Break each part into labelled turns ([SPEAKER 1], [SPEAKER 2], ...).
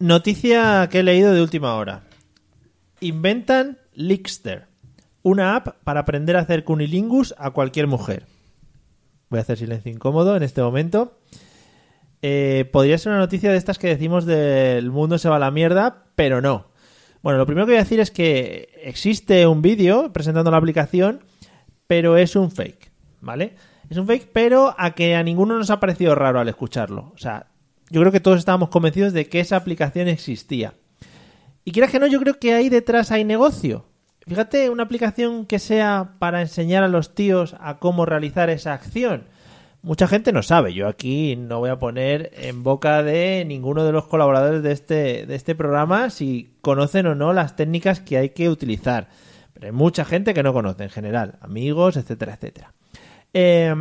[SPEAKER 1] Noticia que he leído de última hora. Inventan Lickster, una app para aprender a hacer cunilingus a cualquier mujer. Voy a hacer silencio incómodo en este momento. Eh, podría ser una noticia de estas que decimos del mundo se va a la mierda, pero no. Bueno, lo primero que voy a decir es que existe un vídeo presentando la aplicación, pero es un fake, ¿vale? Es un fake, pero a que a ninguno nos ha parecido raro al escucharlo. O sea, yo creo que todos estábamos convencidos de que esa aplicación existía. Y quieras que no, yo creo que ahí detrás hay negocio. Fíjate, una aplicación que sea para enseñar a los tíos a cómo realizar esa acción. Mucha gente no sabe. Yo aquí no voy a poner en boca de ninguno de los colaboradores de este, de este programa si conocen o no las técnicas que hay que utilizar. Pero hay mucha gente que no conoce en general. Amigos, etcétera, etcétera. Eh,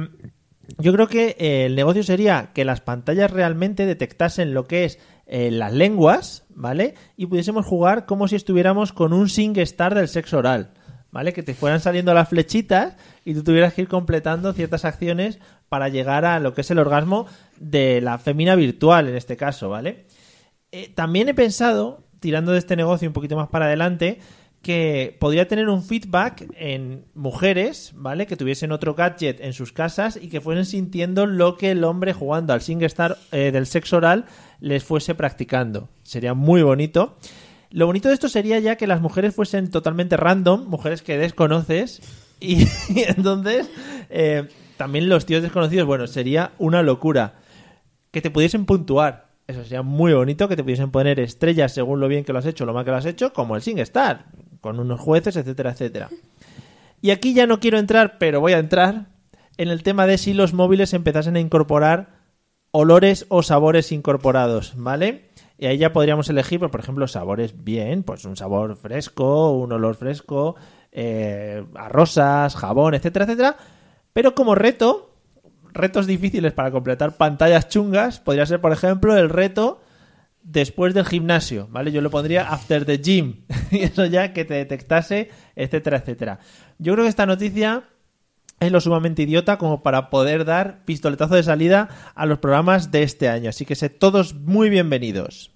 [SPEAKER 1] yo creo que eh, el negocio sería que las pantallas realmente detectasen lo que es eh, las lenguas, ¿vale? Y pudiésemos jugar como si estuviéramos con un SingStar del sexo oral, ¿vale? Que te fueran saliendo las flechitas y tú tuvieras que ir completando ciertas acciones para llegar a lo que es el orgasmo de la femina virtual en este caso, ¿vale? Eh, también he pensado, tirando de este negocio un poquito más para adelante, que podría tener un feedback en mujeres, ¿vale? Que tuviesen otro gadget en sus casas y que fuesen sintiendo lo que el hombre jugando al SingStar eh, del sexo oral les fuese practicando. Sería muy bonito. Lo bonito de esto sería ya que las mujeres fuesen totalmente random, mujeres que desconoces, y, y entonces eh, también los tíos desconocidos, bueno, sería una locura. Que te pudiesen puntuar, eso sería muy bonito que te pudiesen poner estrellas según lo bien que lo has hecho, lo mal que lo has hecho, como el SingStar, con unos jueces, etcétera, etcétera. Y aquí ya no quiero entrar, pero voy a entrar en el tema de si los móviles empezasen a incorporar olores o sabores incorporados, ¿vale? Y ahí ya podríamos elegir, pues, por ejemplo, sabores bien, pues un sabor fresco, un olor fresco, eh, a rosas, jabón, etcétera, etcétera. Pero como reto, retos difíciles para completar pantallas chungas podría ser, por ejemplo, el reto después del gimnasio, ¿vale? Yo lo pondría after the gym. y eso ya que te detectase, etcétera, etcétera. Yo creo que esta noticia es lo sumamente idiota como para poder dar pistoletazo de salida a los programas de este año. Así que sé todos muy bienvenidos.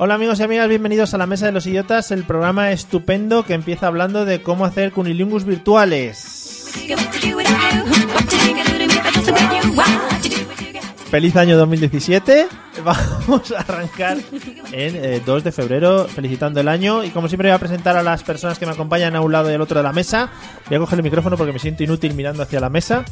[SPEAKER 1] Hola amigos y amigas, bienvenidos a la Mesa de los Idiotas, el programa estupendo que empieza hablando de cómo hacer cunilingus virtuales. Feliz año 2017. Vamos a arrancar en eh, 2 de febrero felicitando el año y como siempre voy a presentar a las personas que me acompañan a un lado y al otro de la mesa. Voy a coger el micrófono porque me siento inútil mirando hacia la mesa.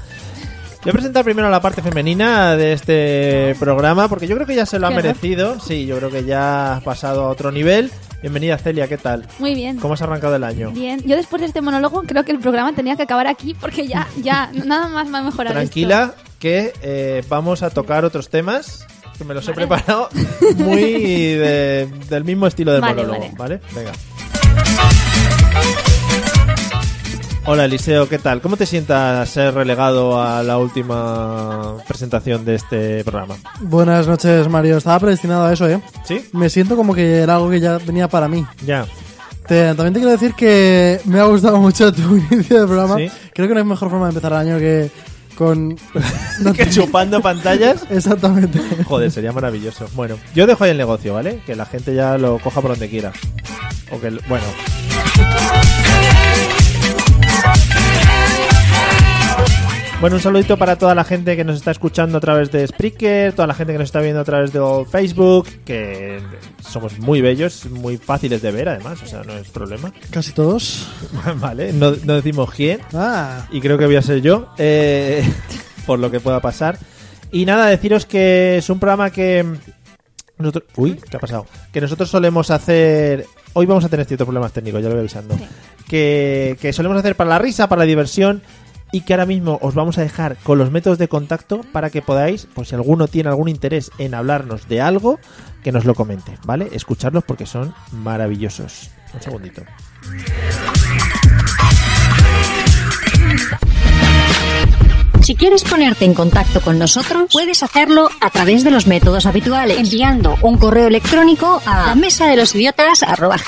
[SPEAKER 1] Voy a presentar primero la parte femenina de este programa, porque yo creo que ya se lo ha
[SPEAKER 2] Qué horror.
[SPEAKER 1] merecido. Sí, yo creo que ya has pasado a otro nivel. Bienvenida, Celia, ¿qué tal?
[SPEAKER 3] Muy bien.
[SPEAKER 1] ¿Cómo has arrancado el año?
[SPEAKER 3] Bien, yo después de este monólogo creo que el programa tenía que acabar aquí porque ya, ya, nada más va a mejorar
[SPEAKER 1] Tranquila, que eh, vamos a tocar otros temas que me los he preparado muy de- del mismo estilo del
[SPEAKER 3] Vale,
[SPEAKER 1] monólogo, vale. Venga. Hola Eliseo, ¿qué tal? ¿Cómo te sientas ser relegado a la última presentación de este programa?
[SPEAKER 4] Buenas noches, Mario. Estaba predestinado a eso, ¿eh?
[SPEAKER 1] ¿Sí?
[SPEAKER 4] Me siento como que era algo que ya venía para mí.
[SPEAKER 1] Ya.
[SPEAKER 4] Te- también te quiero decir que me ha gustado mucho tu inicio del programa.
[SPEAKER 1] Sí.
[SPEAKER 4] Creo que no hay mejor forma de empezar el año que con... no
[SPEAKER 1] que
[SPEAKER 4] te-
[SPEAKER 1] chupando pantallas.
[SPEAKER 4] Exactamente.
[SPEAKER 1] Joder, sería maravilloso. Bueno, yo dejo ahí el negocio, ¿vale? Que la gente ya lo coja por donde quiera. O que, el- bueno. Bueno, un saludito para toda la gente que nos está escuchando a través de Spreaker, toda la gente que nos está viendo a través de Facebook, que somos muy bellos, muy fáciles de ver además, o sea, no es problema.
[SPEAKER 4] Casi todos.
[SPEAKER 1] vale, no, no decimos quién,
[SPEAKER 4] Ah,
[SPEAKER 1] y creo que voy a ser yo, eh, por lo que pueda pasar. Y nada, deciros que es un programa que. mm, nosotros- uy, ¿qué ha pasado? Que nosotros solemos hacer. Hoy vamos a tener ciertos problemas técnicos, ya lo voy avisando.
[SPEAKER 3] Sí.
[SPEAKER 1] Que, que solemos hacer para la risa, para la diversión. Y que ahora mismo os vamos a dejar con los métodos de contacto para que podáis, por si alguno tiene algún interés en hablarnos de algo, que nos lo comente, ¿vale? Escucharlos porque son maravillosos. Un segundito.
[SPEAKER 5] Si quieres ponerte en contacto con nosotros, puedes hacerlo a través de los métodos habituales, enviando un correo electrónico a la mesa de los idiotas a través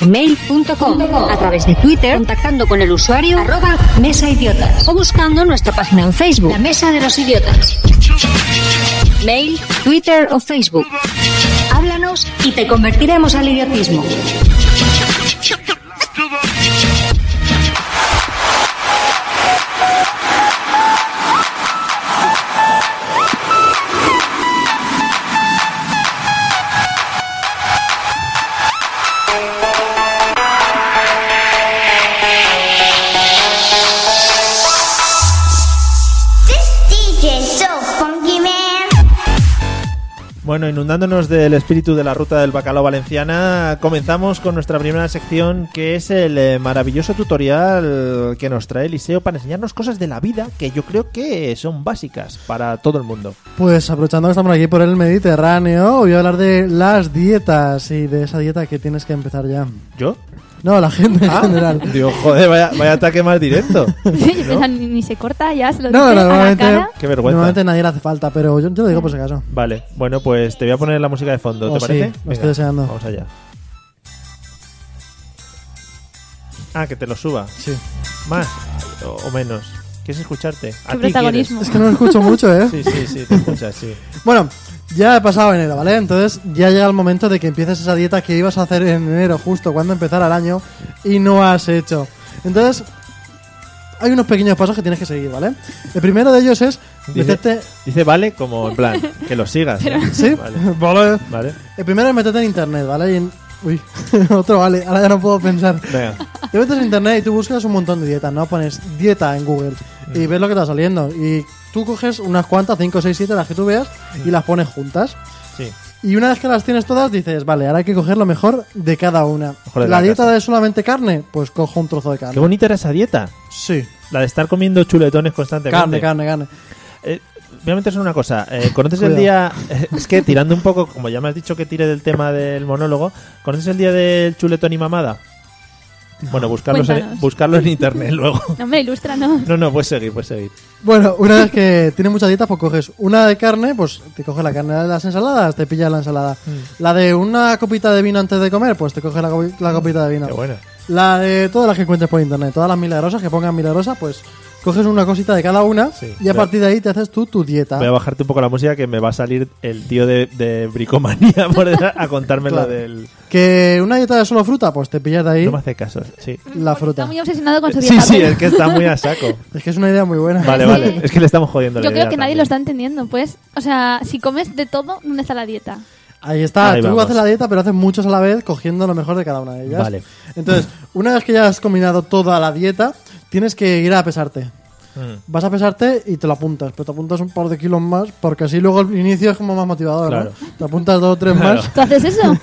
[SPEAKER 5] de Twitter, contactando con el usuario arroba mesa idiotas o buscando nuestra página en Facebook, la mesa de los idiotas. Mail, Twitter o Facebook. Háblanos y te convertiremos al idiotismo.
[SPEAKER 6] This DJ's so funky, man.
[SPEAKER 1] Bueno, inundándonos del espíritu de la ruta del bacalao valenciana, comenzamos con nuestra primera sección que es el eh, maravilloso tutorial que nos trae Eliseo para enseñarnos cosas de la vida que yo creo que son básicas para todo el mundo.
[SPEAKER 4] Pues aprovechando que estamos aquí por el Mediterráneo, voy a hablar de las dietas y de esa dieta que tienes que empezar ya.
[SPEAKER 1] ¿Yo? Ah,
[SPEAKER 4] No, la gente en general.
[SPEAKER 1] Digo, joder, vaya, vaya ataque más directo.
[SPEAKER 3] Yo pensaba, ni, ni se corta, ya se lo
[SPEAKER 4] No,
[SPEAKER 3] dice
[SPEAKER 4] no,
[SPEAKER 3] a la
[SPEAKER 4] normalmente,
[SPEAKER 3] cara.
[SPEAKER 1] Qué vergüenza.
[SPEAKER 4] normalmente nadie le hace falta, pero yo te lo digo por si acaso.
[SPEAKER 1] Vale, bueno, pues te voy a poner la música de fondo, ¿te
[SPEAKER 4] Oh, sí,
[SPEAKER 1] parece?
[SPEAKER 4] lo estoy deseando.
[SPEAKER 1] Vamos allá. Ah, que te lo suba.
[SPEAKER 4] Sí.
[SPEAKER 1] Más o, o menos. ¿Quieres escucharte? A
[SPEAKER 3] Qué
[SPEAKER 1] ti quieres.
[SPEAKER 3] protagonismo.
[SPEAKER 4] Es que no lo escucho mucho, ¿eh?
[SPEAKER 1] Sí, sí, sí, te escuchas, sí.
[SPEAKER 4] Bueno, ya he pasado enero, ¿vale? Entonces ya llega el momento de que empieces esa dieta que ibas a hacer en enero, justo cuando empezara el año, y no has hecho. Entonces, hay unos pequeños pasos que tienes que seguir, ¿vale? El primero de ellos es
[SPEAKER 1] Dice-
[SPEAKER 4] meterte.
[SPEAKER 1] Dice vale como en plan, que lo sigas. ¿eh?
[SPEAKER 4] ¿Sí?
[SPEAKER 1] Vale.
[SPEAKER 4] Vale.
[SPEAKER 1] Vale.
[SPEAKER 4] El primero es meterte en internet, ¿vale? Y en- Uy, otro vale, ahora ya no puedo pensar.
[SPEAKER 1] Venga.
[SPEAKER 4] Te metes en internet y tú buscas un montón de dietas, ¿no? Pones dieta en Google y
[SPEAKER 1] Mm.
[SPEAKER 4] ves lo que te va saliendo. Y tú coges unas cuantas, 5, 6, 7, las que tú veas,
[SPEAKER 1] Mm.
[SPEAKER 4] y las pones juntas.
[SPEAKER 1] Sí.
[SPEAKER 4] Y una vez que las tienes todas, dices, vale, ahora hay que coger lo mejor de cada una.
[SPEAKER 1] Mejor de
[SPEAKER 4] la
[SPEAKER 1] la
[SPEAKER 4] dieta
[SPEAKER 1] casa.
[SPEAKER 4] de solamente carne, pues cojo un trozo de
[SPEAKER 1] Qué
[SPEAKER 4] carne.
[SPEAKER 1] bonita era esa dieta.
[SPEAKER 4] Sí,
[SPEAKER 1] La de estar comiendo chuletones constantemente.
[SPEAKER 4] carne, carne, carne.
[SPEAKER 1] Eh, voy a meteros en una cosa. Eh, ¿Conoces el
[SPEAKER 4] Cuidado.
[SPEAKER 1] día.? eh, Es que tirando un poco, como ya me has dicho que tire del tema del monólogo, ¿conoces el día del chuletón y mamada? Bueno, buscarlo en,
[SPEAKER 3] Cuéntanos.
[SPEAKER 1] buscarlo en internet luego.
[SPEAKER 3] No, hombre, ilústranos.
[SPEAKER 1] No, no, puedes seguir, puedes seguir.
[SPEAKER 4] Bueno, una vez que tienes muchas dietas, pues coges una de carne, pues te coges la carne de las ensaladas, te pillas la ensalada.
[SPEAKER 1] Mm.
[SPEAKER 4] La de una copita de vino antes de comer, pues te coges la, copi- la copita de vino.
[SPEAKER 1] Qué bueno.
[SPEAKER 4] La de todas las que encuentres por internet, todas las milagrosas que pongan milagrosas, pues coges una cosita de cada una
[SPEAKER 1] Sí.
[SPEAKER 4] y a
[SPEAKER 1] Ve-
[SPEAKER 4] partir de ahí te haces tú tu dieta.
[SPEAKER 1] Voy a bajarte un poco la música que me va a salir el tío de, de Bricomanía por detrás a contarme
[SPEAKER 4] Claro.
[SPEAKER 1] lo del.
[SPEAKER 4] Que una dieta de solo fruta, pues te pillas de ahí
[SPEAKER 1] No me hace caso, sí.
[SPEAKER 4] la
[SPEAKER 3] Está
[SPEAKER 4] fruta.
[SPEAKER 3] muy obsesionado con su
[SPEAKER 1] Sí,
[SPEAKER 3] dieta.
[SPEAKER 1] sí,
[SPEAKER 3] pero
[SPEAKER 1] es que está muy a saco.
[SPEAKER 4] Es que es una idea muy buena.
[SPEAKER 1] Vale,
[SPEAKER 3] Sí.
[SPEAKER 1] vale. Es que le estamos jodiendo la
[SPEAKER 3] Yo creo
[SPEAKER 1] idea
[SPEAKER 3] que nadie
[SPEAKER 1] también.
[SPEAKER 3] lo está entendiendo, pues. O sea, si comes de todo, ¿dónde está la dieta?
[SPEAKER 4] Ahí está,
[SPEAKER 1] Ahí
[SPEAKER 4] tú
[SPEAKER 1] vamos.
[SPEAKER 4] haces la dieta, pero haces muchos a la vez, cogiendo lo mejor de cada una de ellas.
[SPEAKER 1] Vale.
[SPEAKER 4] Entonces, una vez que ya has combinado toda la dieta, tienes que ir a pesarte.
[SPEAKER 1] Mm,
[SPEAKER 4] Vas a pesarte y te lo apuntas, pero te apuntas un par de kilos más, porque así luego el inicio es como más motivador, ¿no?
[SPEAKER 1] Claro.
[SPEAKER 4] Te apuntas dos o tres
[SPEAKER 1] Claro.
[SPEAKER 4] más.
[SPEAKER 3] ¿Tú haces eso?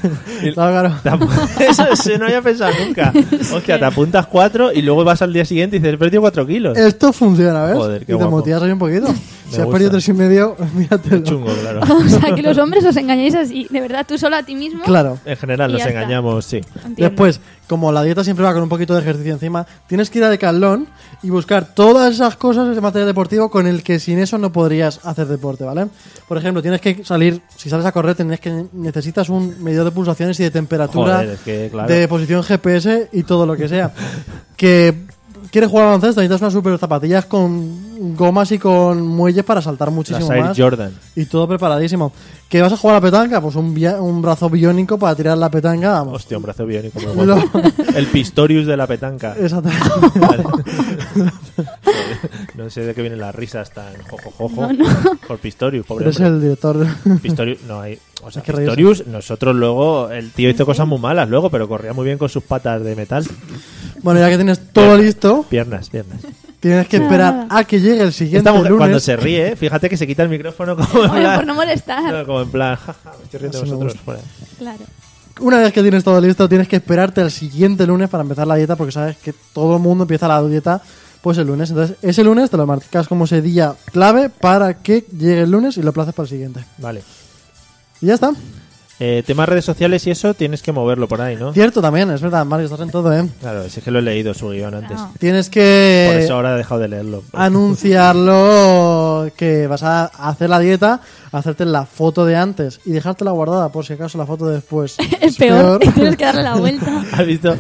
[SPEAKER 4] Claro, claro.
[SPEAKER 1] tampoco- Eso sí, no había pensado nunca. Hostia, te apuntas cuatro y luego vas al día siguiente y dices, he perdido cuatro kilos.
[SPEAKER 4] Esto funciona, ¿ves?
[SPEAKER 1] Joder, qué
[SPEAKER 4] y te
[SPEAKER 1] guapo.
[SPEAKER 4] motivas ahí un poquito. si has
[SPEAKER 1] gusta.
[SPEAKER 4] perdido tres y medio, míratelo.
[SPEAKER 1] Chungo, claro.
[SPEAKER 3] O sea, que los hombres os engañáis así. De verdad, tú solo a ti mismo.
[SPEAKER 4] Claro.
[SPEAKER 1] En general
[SPEAKER 3] Y
[SPEAKER 1] nos
[SPEAKER 3] ya está.
[SPEAKER 1] engañamos, sí.
[SPEAKER 3] Entiendo.
[SPEAKER 4] Después, como la dieta siempre va con un poquito de ejercicio encima, tienes que ir a Decathlon y buscar todas esas cosas de material deportivo con el que sin eso no podrías hacer deporte, ¿vale? Por ejemplo, tienes que salir, si sales a correr, tienes que necesitas un medidor de pulsaciones y de temperatura,
[SPEAKER 1] Joder, es que, claro.
[SPEAKER 4] de posición GPS y todo lo que sea. que quieres jugar al baloncesto, necesitas unas super zapatillas con gomas y con muelles para saltar
[SPEAKER 1] Las
[SPEAKER 4] muchísimo
[SPEAKER 1] Air
[SPEAKER 4] más.
[SPEAKER 1] Jordan.
[SPEAKER 4] Y todo preparadísimo. ¿Que vas a jugar a la petanca? Pues un, bia- un brazo biónico para tirar la petanca. Vamos.
[SPEAKER 1] Hostia, un brazo biónico muy
[SPEAKER 4] Lo-
[SPEAKER 1] guapo. El Pistorius de la petanca.
[SPEAKER 4] Exactamente.
[SPEAKER 1] Vale. no sé de qué vienen las risas tan jojo jojo. Por Pistorius, pobre
[SPEAKER 4] Eres
[SPEAKER 1] hombre.
[SPEAKER 4] el director.
[SPEAKER 1] Pistorius, no hay. O sea,
[SPEAKER 4] Hay que reírse.
[SPEAKER 1] Pistorius, nosotros luego. El tío hizo cosas muy malas luego, pero corría muy bien con sus patas de metal.
[SPEAKER 4] bueno, ya que tienes todo listo,
[SPEAKER 1] Piernas, piernas.
[SPEAKER 4] Tienes que esperar a que llegue el siguiente
[SPEAKER 1] Esta mujer
[SPEAKER 4] lunes.
[SPEAKER 1] cuando se ríe, ¿eh? fíjate que se quita el micrófono como, en
[SPEAKER 3] Bueno,
[SPEAKER 1] plan-
[SPEAKER 3] por no molestar.
[SPEAKER 1] No, como en plan, "Ja, ja, me estoy riendo de
[SPEAKER 4] Eso me
[SPEAKER 1] vosotros.
[SPEAKER 4] gusta.
[SPEAKER 1] fuera".
[SPEAKER 3] Claro.
[SPEAKER 4] Una vez que tienes todo listo, tienes que esperarte al siguiente lunes para empezar la dieta, porque sabes que todo el mundo empieza la dieta pues el lunes. Entonces, ese lunes te lo marcas como ese día clave para que llegue el lunes y lo plazas para el siguiente.
[SPEAKER 1] Vale.
[SPEAKER 4] Y ya está.
[SPEAKER 1] Eh, temas redes sociales y eso tienes que moverlo por ahí, ¿no?
[SPEAKER 4] Cierto también, es verdad, Mario, estás en todo, ¿eh?
[SPEAKER 1] Claro, es que lo he leído su guión antes.
[SPEAKER 3] No.
[SPEAKER 4] Tienes
[SPEAKER 1] Por
[SPEAKER 4] que
[SPEAKER 1] eso ahora he dejado de leerlo.
[SPEAKER 4] anunciarlo que vas a hacer la dieta, hacerte la foto de antes y dejártela guardada por si acaso la foto de después
[SPEAKER 3] Es peor. Tienes que darle la vuelta.
[SPEAKER 1] ¿Has visto,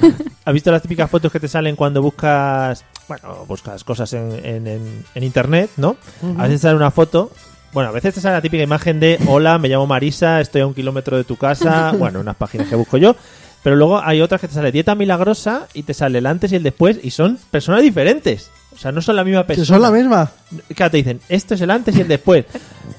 [SPEAKER 1] ¿Has visto las típicas fotos que te salen cuando buscas bueno buscas cosas en, en- en- en internet, ¿no? A veces te sale una foto. Bueno, a veces te sale la típica imagen de hola, me llamo Marisa, estoy a un kilómetro de tu casa. Bueno, unas páginas que busco yo. Pero luego hay otras que te sale dieta milagrosa y te sale el antes y el después y son personas diferentes. O sea, no son la misma
[SPEAKER 4] Que
[SPEAKER 1] persona.
[SPEAKER 4] son la misma.
[SPEAKER 1] Claro, te dicen, esto es el antes y el después.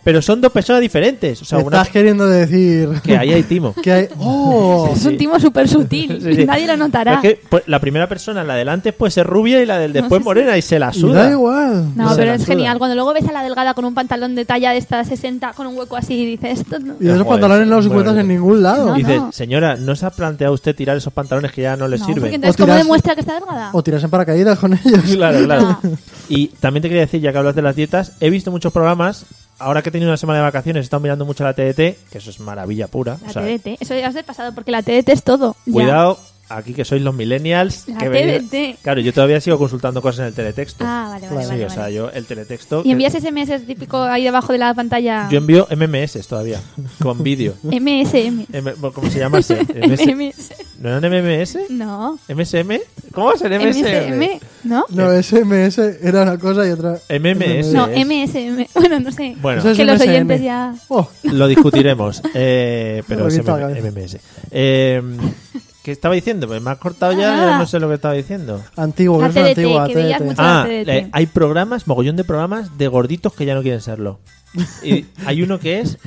[SPEAKER 1] Pero son dos personas diferentes. O sea, una
[SPEAKER 4] Estás queriendo decir
[SPEAKER 1] que ahí hay timo.
[SPEAKER 4] que hay... ¡Oh!
[SPEAKER 3] Es un timo súper sutil.
[SPEAKER 1] Sí, sí.
[SPEAKER 3] Nadie lo notará.
[SPEAKER 1] Es que pues, la primera persona, la del antes, puede ser rubia y la del después morena y se la
[SPEAKER 4] Y da
[SPEAKER 1] suda.
[SPEAKER 4] igual.
[SPEAKER 3] No,
[SPEAKER 1] Se
[SPEAKER 3] pero
[SPEAKER 1] la
[SPEAKER 3] es
[SPEAKER 1] suda.
[SPEAKER 3] genial. Cuando luego ves a la delgada con un pantalón de talla de esta 60, con un hueco así, y dices, esto no-
[SPEAKER 4] Y de esos
[SPEAKER 1] Joder,
[SPEAKER 4] pantalones no los
[SPEAKER 1] muy
[SPEAKER 4] encuentras en
[SPEAKER 1] bonito.
[SPEAKER 4] ningún lado.
[SPEAKER 3] No,
[SPEAKER 1] Y dices,
[SPEAKER 3] no.
[SPEAKER 1] señora, ¿no se ha planteado usted tirar esos pantalones que ya no le
[SPEAKER 3] No,
[SPEAKER 1] sirven?
[SPEAKER 3] porque entonces,
[SPEAKER 4] O
[SPEAKER 3] ¿cómo
[SPEAKER 4] tiras-
[SPEAKER 3] demuestra que está delgada?
[SPEAKER 4] O tiras en paracaídas con ellos.
[SPEAKER 1] Claro, claro.
[SPEAKER 3] No.
[SPEAKER 1] Y también te quería decir, ya que hablas de las dietas, he visto muchos programas. Ahora que he tenido una semana de vacaciones, he estado mirando mucho la TDT, que eso es maravilla pura.
[SPEAKER 3] La
[SPEAKER 1] o sea,
[SPEAKER 3] TDT. Eso ya has de pasado, porque la TDT es todo. Ya.
[SPEAKER 1] Cuidado, aquí que sois los millennials.
[SPEAKER 3] La
[SPEAKER 1] que venís-
[SPEAKER 3] TDT.
[SPEAKER 1] Claro, yo todavía sigo consultando cosas en el teletexto.
[SPEAKER 3] Ah, vale, vale,
[SPEAKER 1] sí,
[SPEAKER 3] vale,
[SPEAKER 1] o sea,
[SPEAKER 3] vale.
[SPEAKER 1] yo el teletexto.
[SPEAKER 3] Y
[SPEAKER 1] que-
[SPEAKER 3] envías SMS típico ahí debajo de la pantalla.
[SPEAKER 1] Yo envío MMS todavía, con vídeo.
[SPEAKER 3] MSM.
[SPEAKER 1] M- ¿Cómo se llama? ese? MS.
[SPEAKER 3] MMS.
[SPEAKER 1] ¿No eran MMS?
[SPEAKER 3] No.
[SPEAKER 1] ¿MSM? ¿Cómo va a ser MSM?
[SPEAKER 3] MSM. ¿No?
[SPEAKER 4] No, SMS era una cosa y otra.
[SPEAKER 1] MMS.
[SPEAKER 3] No,
[SPEAKER 1] es.
[SPEAKER 3] MSM. Bueno, no sé.
[SPEAKER 1] Bueno,
[SPEAKER 4] Eso es
[SPEAKER 3] que los
[SPEAKER 4] MSM.
[SPEAKER 3] oyentes ya.
[SPEAKER 4] Oh,
[SPEAKER 1] lo discutiremos. eh, pero
[SPEAKER 4] Me
[SPEAKER 1] es
[SPEAKER 4] revienta la
[SPEAKER 1] MM-
[SPEAKER 4] cabeza.
[SPEAKER 1] MMS. Eh, ¿Qué estaba diciendo? Pues me has cortado ya,
[SPEAKER 3] Ah,
[SPEAKER 1] ya
[SPEAKER 3] nada.
[SPEAKER 1] no sé lo que estaba diciendo.
[SPEAKER 4] antiguo,
[SPEAKER 3] La
[SPEAKER 4] que es una
[SPEAKER 3] TDT,
[SPEAKER 4] antigua.
[SPEAKER 3] que veías
[SPEAKER 4] TDT.
[SPEAKER 3] mucho-
[SPEAKER 1] Ah,
[SPEAKER 3] Ah, TDT.
[SPEAKER 1] eh, hay programas, mogollón de programas de gorditos que ya no quieren serlo. Y hay uno que es.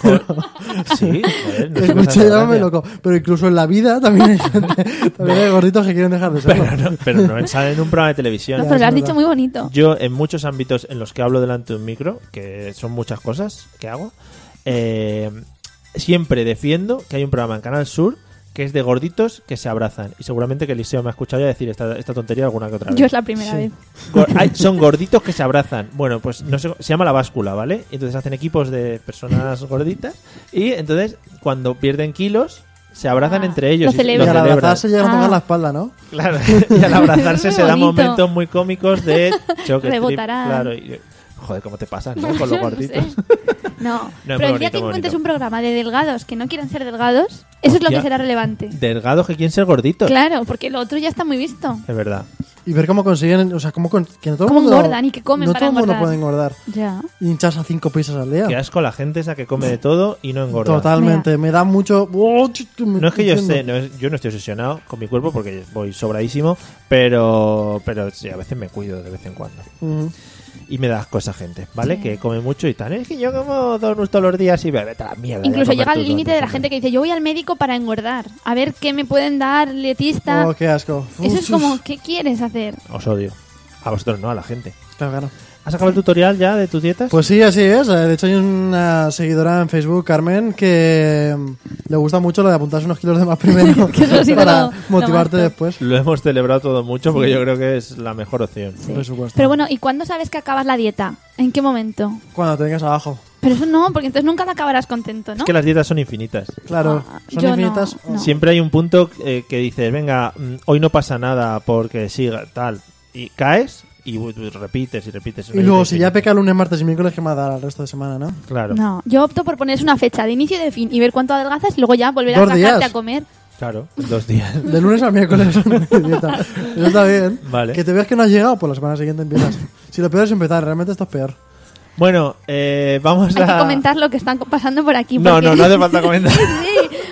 [SPEAKER 1] con- Sí, joder, no sé cómo se
[SPEAKER 4] Escucha,
[SPEAKER 1] hace
[SPEAKER 4] llámame
[SPEAKER 1] gracia.
[SPEAKER 4] loco. Pero incluso en la vida también hay gente, también hay gorditos que quieren dejar de serlo.
[SPEAKER 1] Pero no, pero no sale en un programa de
[SPEAKER 3] No,
[SPEAKER 1] televisión.
[SPEAKER 3] pero lo
[SPEAKER 4] es
[SPEAKER 3] has
[SPEAKER 4] verdad.
[SPEAKER 3] dicho muy bonito.
[SPEAKER 1] Yo, en muchos ámbitos en los que hablo delante de un micro, que son muchas cosas que hago, eh, siempre defiendo que hay un programa en Canal Sur que es de gorditos que se abrazan. Y seguramente que Eliseo me ha escuchado ya decir esta, esta tontería alguna que otra vez.
[SPEAKER 3] Yo es la primera vez.
[SPEAKER 1] Gor- hay- son gorditos que se abrazan. Bueno, pues no sé, se llama la báscula, ¿vale? Entonces hacen equipos de personas gorditas y entonces cuando pierden kilos se abrazan
[SPEAKER 3] Ah,
[SPEAKER 1] entre ellos.
[SPEAKER 3] lo
[SPEAKER 1] y se-
[SPEAKER 4] Y
[SPEAKER 3] celebran.
[SPEAKER 4] al
[SPEAKER 1] celebran.
[SPEAKER 4] abrazarse llegan a tocar
[SPEAKER 3] Ah.
[SPEAKER 4] la espalda, ¿no?
[SPEAKER 1] Claro, y al abrazarse
[SPEAKER 3] Muy
[SPEAKER 1] se dan
[SPEAKER 3] bonito.
[SPEAKER 1] momentos muy cómicos de choque. trip-
[SPEAKER 3] Rebotarán.
[SPEAKER 1] Claro, y- joder, ¿cómo te pasas, no? Con los
[SPEAKER 3] No
[SPEAKER 1] gorditos.
[SPEAKER 3] sé. No,
[SPEAKER 1] No, es muy
[SPEAKER 3] pero el
[SPEAKER 1] bonito,
[SPEAKER 3] día que
[SPEAKER 1] muy
[SPEAKER 3] encuentres
[SPEAKER 1] bonito.
[SPEAKER 3] un programa de delgados que no quieran ser delgados, eso es lo
[SPEAKER 1] Hostia.
[SPEAKER 3] que será relevante.
[SPEAKER 1] Delgados que quieren ser gorditos.
[SPEAKER 3] Claro, porque lo otro ya está muy visto.
[SPEAKER 1] Es verdad.
[SPEAKER 4] Y ver cómo consiguen, o sea, cómo, con- que no todo el
[SPEAKER 3] Cómo
[SPEAKER 4] mundo-
[SPEAKER 3] engordan y qué comen
[SPEAKER 4] No
[SPEAKER 3] para
[SPEAKER 4] todo el mundo
[SPEAKER 3] engordar.
[SPEAKER 4] puede engordar.
[SPEAKER 3] Ya.
[SPEAKER 4] Y hincharse a cinco pizzas al día.
[SPEAKER 1] Qué asco la gente esa que come de todo y no engorda.
[SPEAKER 4] Totalmente. Me da mucho... ¡Oh,
[SPEAKER 1] No es que yo esté, no es- yo no estoy obsesionado con mi cuerpo porque voy sobradísimo, pero, pero sí, a veces me cuido de vez en cuando.
[SPEAKER 4] Ujú.
[SPEAKER 1] Y me da asco esa gente, ¿vale? Que come mucho y tan. Es que yo como donuts todos los días y ve- vete a la mierda.
[SPEAKER 3] Incluso llega al límite de la gente que dice, yo voy al médico para engordar, a ver qué me pueden dar, dietista.
[SPEAKER 4] Oh, qué asco.
[SPEAKER 3] Eso es
[SPEAKER 4] Uf,
[SPEAKER 3] como, ¿qué quieres hacer?
[SPEAKER 1] Os odio. A vosotros no, a la gente.
[SPEAKER 4] Claro, claro.
[SPEAKER 1] ¿Has acabado el tutorial ya de tus dietas?
[SPEAKER 4] Pues sí, así es. Eh, De hecho, hay una seguidora en Facebook, Carmen, que mm, le gusta mucho lo de apuntarse unos kilos de más primero
[SPEAKER 3] Que eso ha sido
[SPEAKER 4] para
[SPEAKER 3] lo- lo
[SPEAKER 4] motivarte
[SPEAKER 3] más top.
[SPEAKER 4] después.
[SPEAKER 1] Lo hemos celebrado todo mucho porque yo creo que es la mejor opción.
[SPEAKER 3] Sí.
[SPEAKER 4] Por supuesto.
[SPEAKER 3] Pero bueno, ¿y cuándo sabes que acabas la dieta? ¿En qué momento?
[SPEAKER 4] Cuando te vengas abajo.
[SPEAKER 3] Pero eso no, porque entonces nunca la acabarás contento, ¿no?
[SPEAKER 1] Es que las dietas son infinitas.
[SPEAKER 4] Claro,
[SPEAKER 3] Ah,
[SPEAKER 4] son
[SPEAKER 3] yo no,
[SPEAKER 4] infinitas.
[SPEAKER 3] no.
[SPEAKER 1] Siempre hay un punto eh, que dices, venga, mm, hoy no pasa nada porque siga tal. Y caes y bu- bu- repites y repites.
[SPEAKER 4] Y luego, si ya peca lunes, martes y miércoles, ¿qué más dará el resto de semana, no?
[SPEAKER 1] Claro,
[SPEAKER 3] No, yo opto por ponerse una fecha de inicio y de fin y ver cuánto adelgazas y luego ya volver a
[SPEAKER 4] Dos
[SPEAKER 3] sacarte
[SPEAKER 4] días.
[SPEAKER 3] a comer.
[SPEAKER 1] claro, en dos días.
[SPEAKER 4] De lunes a miércoles. dieta. Eso está bien.
[SPEAKER 1] Vale.
[SPEAKER 4] Que te veas que no has llegado, pues la semana siguiente empiezas. Si lo peor es empezar, realmente esto es peor.
[SPEAKER 1] Bueno, eh, vamos
[SPEAKER 3] Hay
[SPEAKER 1] a.
[SPEAKER 3] que comentar lo que están co- pasando por aquí.
[SPEAKER 1] No,
[SPEAKER 3] porque-
[SPEAKER 1] no, no hace falta comentar.
[SPEAKER 3] sí,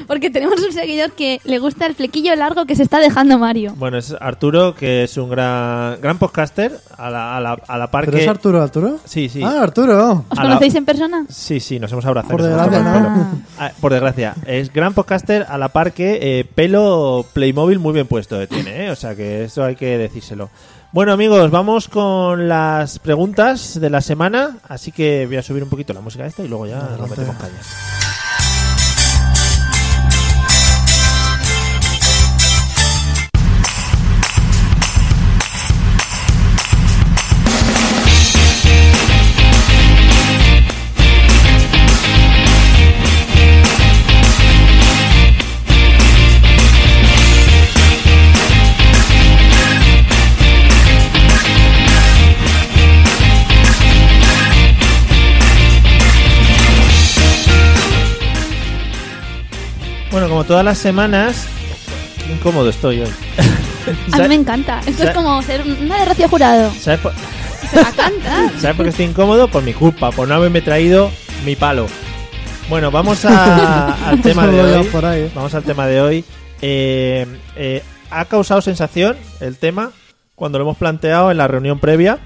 [SPEAKER 3] porque tenemos un seguidor que le gusta el flequillo largo que se está dejando Mario.
[SPEAKER 1] Bueno, es Arturo, que es un gran, gran podcaster, a la, a la, a la par
[SPEAKER 4] ¿Pero
[SPEAKER 1] que-
[SPEAKER 4] es Arturo, Arturo?
[SPEAKER 1] Sí, sí.
[SPEAKER 4] Ah, Arturo.
[SPEAKER 3] ¿Os
[SPEAKER 1] A la-
[SPEAKER 3] conocéis en persona?
[SPEAKER 1] Sí, sí, nos hemos abrazado.
[SPEAKER 4] Por
[SPEAKER 1] nos hemos
[SPEAKER 4] desgracia,
[SPEAKER 1] tocado el
[SPEAKER 3] ¿no?
[SPEAKER 1] pelo. Ah, por desgracia. Es gran podcaster a la eh, par que eh, pelo Playmobil muy bien puesto tiene, ¿eh? O sea que eso hay que decírselo. Bueno, amigos, vamos con las preguntas de la semana. Así que voy a subir un poquito la música esta y luego ya nos metemos caña. Bueno, como todas las semanas. Qué incómodo estoy hoy.
[SPEAKER 3] A mí me encanta. Esto es
[SPEAKER 1] ¿Sabes?
[SPEAKER 3] como ser una de Rocío Jurado.
[SPEAKER 1] ¿Sabes por,
[SPEAKER 3] Se va a cantar.
[SPEAKER 1] sabes por qué estoy incómodo? Por mi culpa, por no haberme traído mi palo. Bueno, vamos a- al tema de
[SPEAKER 4] Solo ya
[SPEAKER 1] hoy.
[SPEAKER 4] por ahí, ¿eh?
[SPEAKER 1] Vamos al tema de hoy. Eh, eh, ha causado sensación el tema cuando lo hemos planteado en la reunión previa.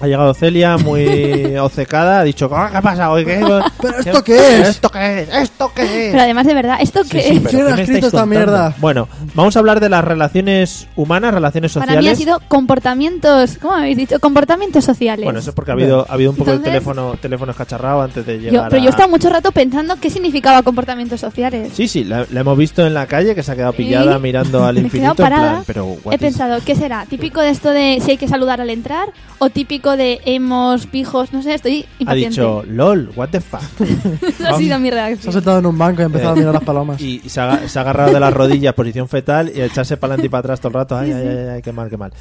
[SPEAKER 1] Ha llegado Celia muy obcecada, ha dicho, "Ah, ¿qué pasa hoy? ¿Qué,
[SPEAKER 4] ¿Pero esto qué es?
[SPEAKER 1] ¿Esto qué es? ¿Esto qué es?
[SPEAKER 3] Pero además, de verdad, ¿esto
[SPEAKER 1] Sí,
[SPEAKER 3] qué
[SPEAKER 1] sí,
[SPEAKER 3] es?
[SPEAKER 1] pero
[SPEAKER 4] ¿Quién
[SPEAKER 1] ¿qué
[SPEAKER 4] ha
[SPEAKER 1] me estáis
[SPEAKER 4] escrito esta
[SPEAKER 1] contando?
[SPEAKER 4] mierda?
[SPEAKER 1] Bueno, vamos a hablar de las relaciones humanas, relaciones
[SPEAKER 3] Para mí ha
[SPEAKER 1] sociales.
[SPEAKER 3] sido comportamientos, ¿cómo habéis dicho? Comportamientos sociales.
[SPEAKER 1] Bueno, eso es porque ha habido, ha habido un poco de
[SPEAKER 3] Entonces-
[SPEAKER 1] teléfono, teléfono escacharrado antes de llegar
[SPEAKER 3] Yo- pero yo he
[SPEAKER 1] a-
[SPEAKER 3] estado mucho rato pensando qué significaba comportamientos sociales.
[SPEAKER 1] Sí, sí, la, la hemos visto en la calle que se ha quedado pillada
[SPEAKER 3] ¿Y?
[SPEAKER 1] mirando al
[SPEAKER 3] Me he
[SPEAKER 1] infinito.
[SPEAKER 3] quedado
[SPEAKER 1] en plan,
[SPEAKER 3] parada.
[SPEAKER 1] pero, what
[SPEAKER 3] He
[SPEAKER 1] is-
[SPEAKER 3] pensado, ¿qué será? ¿Típico de esto de si hay que saludar al entrar? ¿O típico de hemos, pijos? No sé, estoy
[SPEAKER 1] Ha
[SPEAKER 3] impaciente.
[SPEAKER 1] dicho, lol, what the fuck.
[SPEAKER 3] Esa ha sido mi
[SPEAKER 4] Se ha
[SPEAKER 3] reacción.
[SPEAKER 4] sentado en un banco y ha empezado a
[SPEAKER 1] Eh.
[SPEAKER 4] mirar las palomas.
[SPEAKER 1] Y y se ha, aga- se ha agarrado de las rodillas, posición fetal, y a echarse para adelante y para atrás todo el rato. Ay, ay, ay, ay, qué mal, qué mal.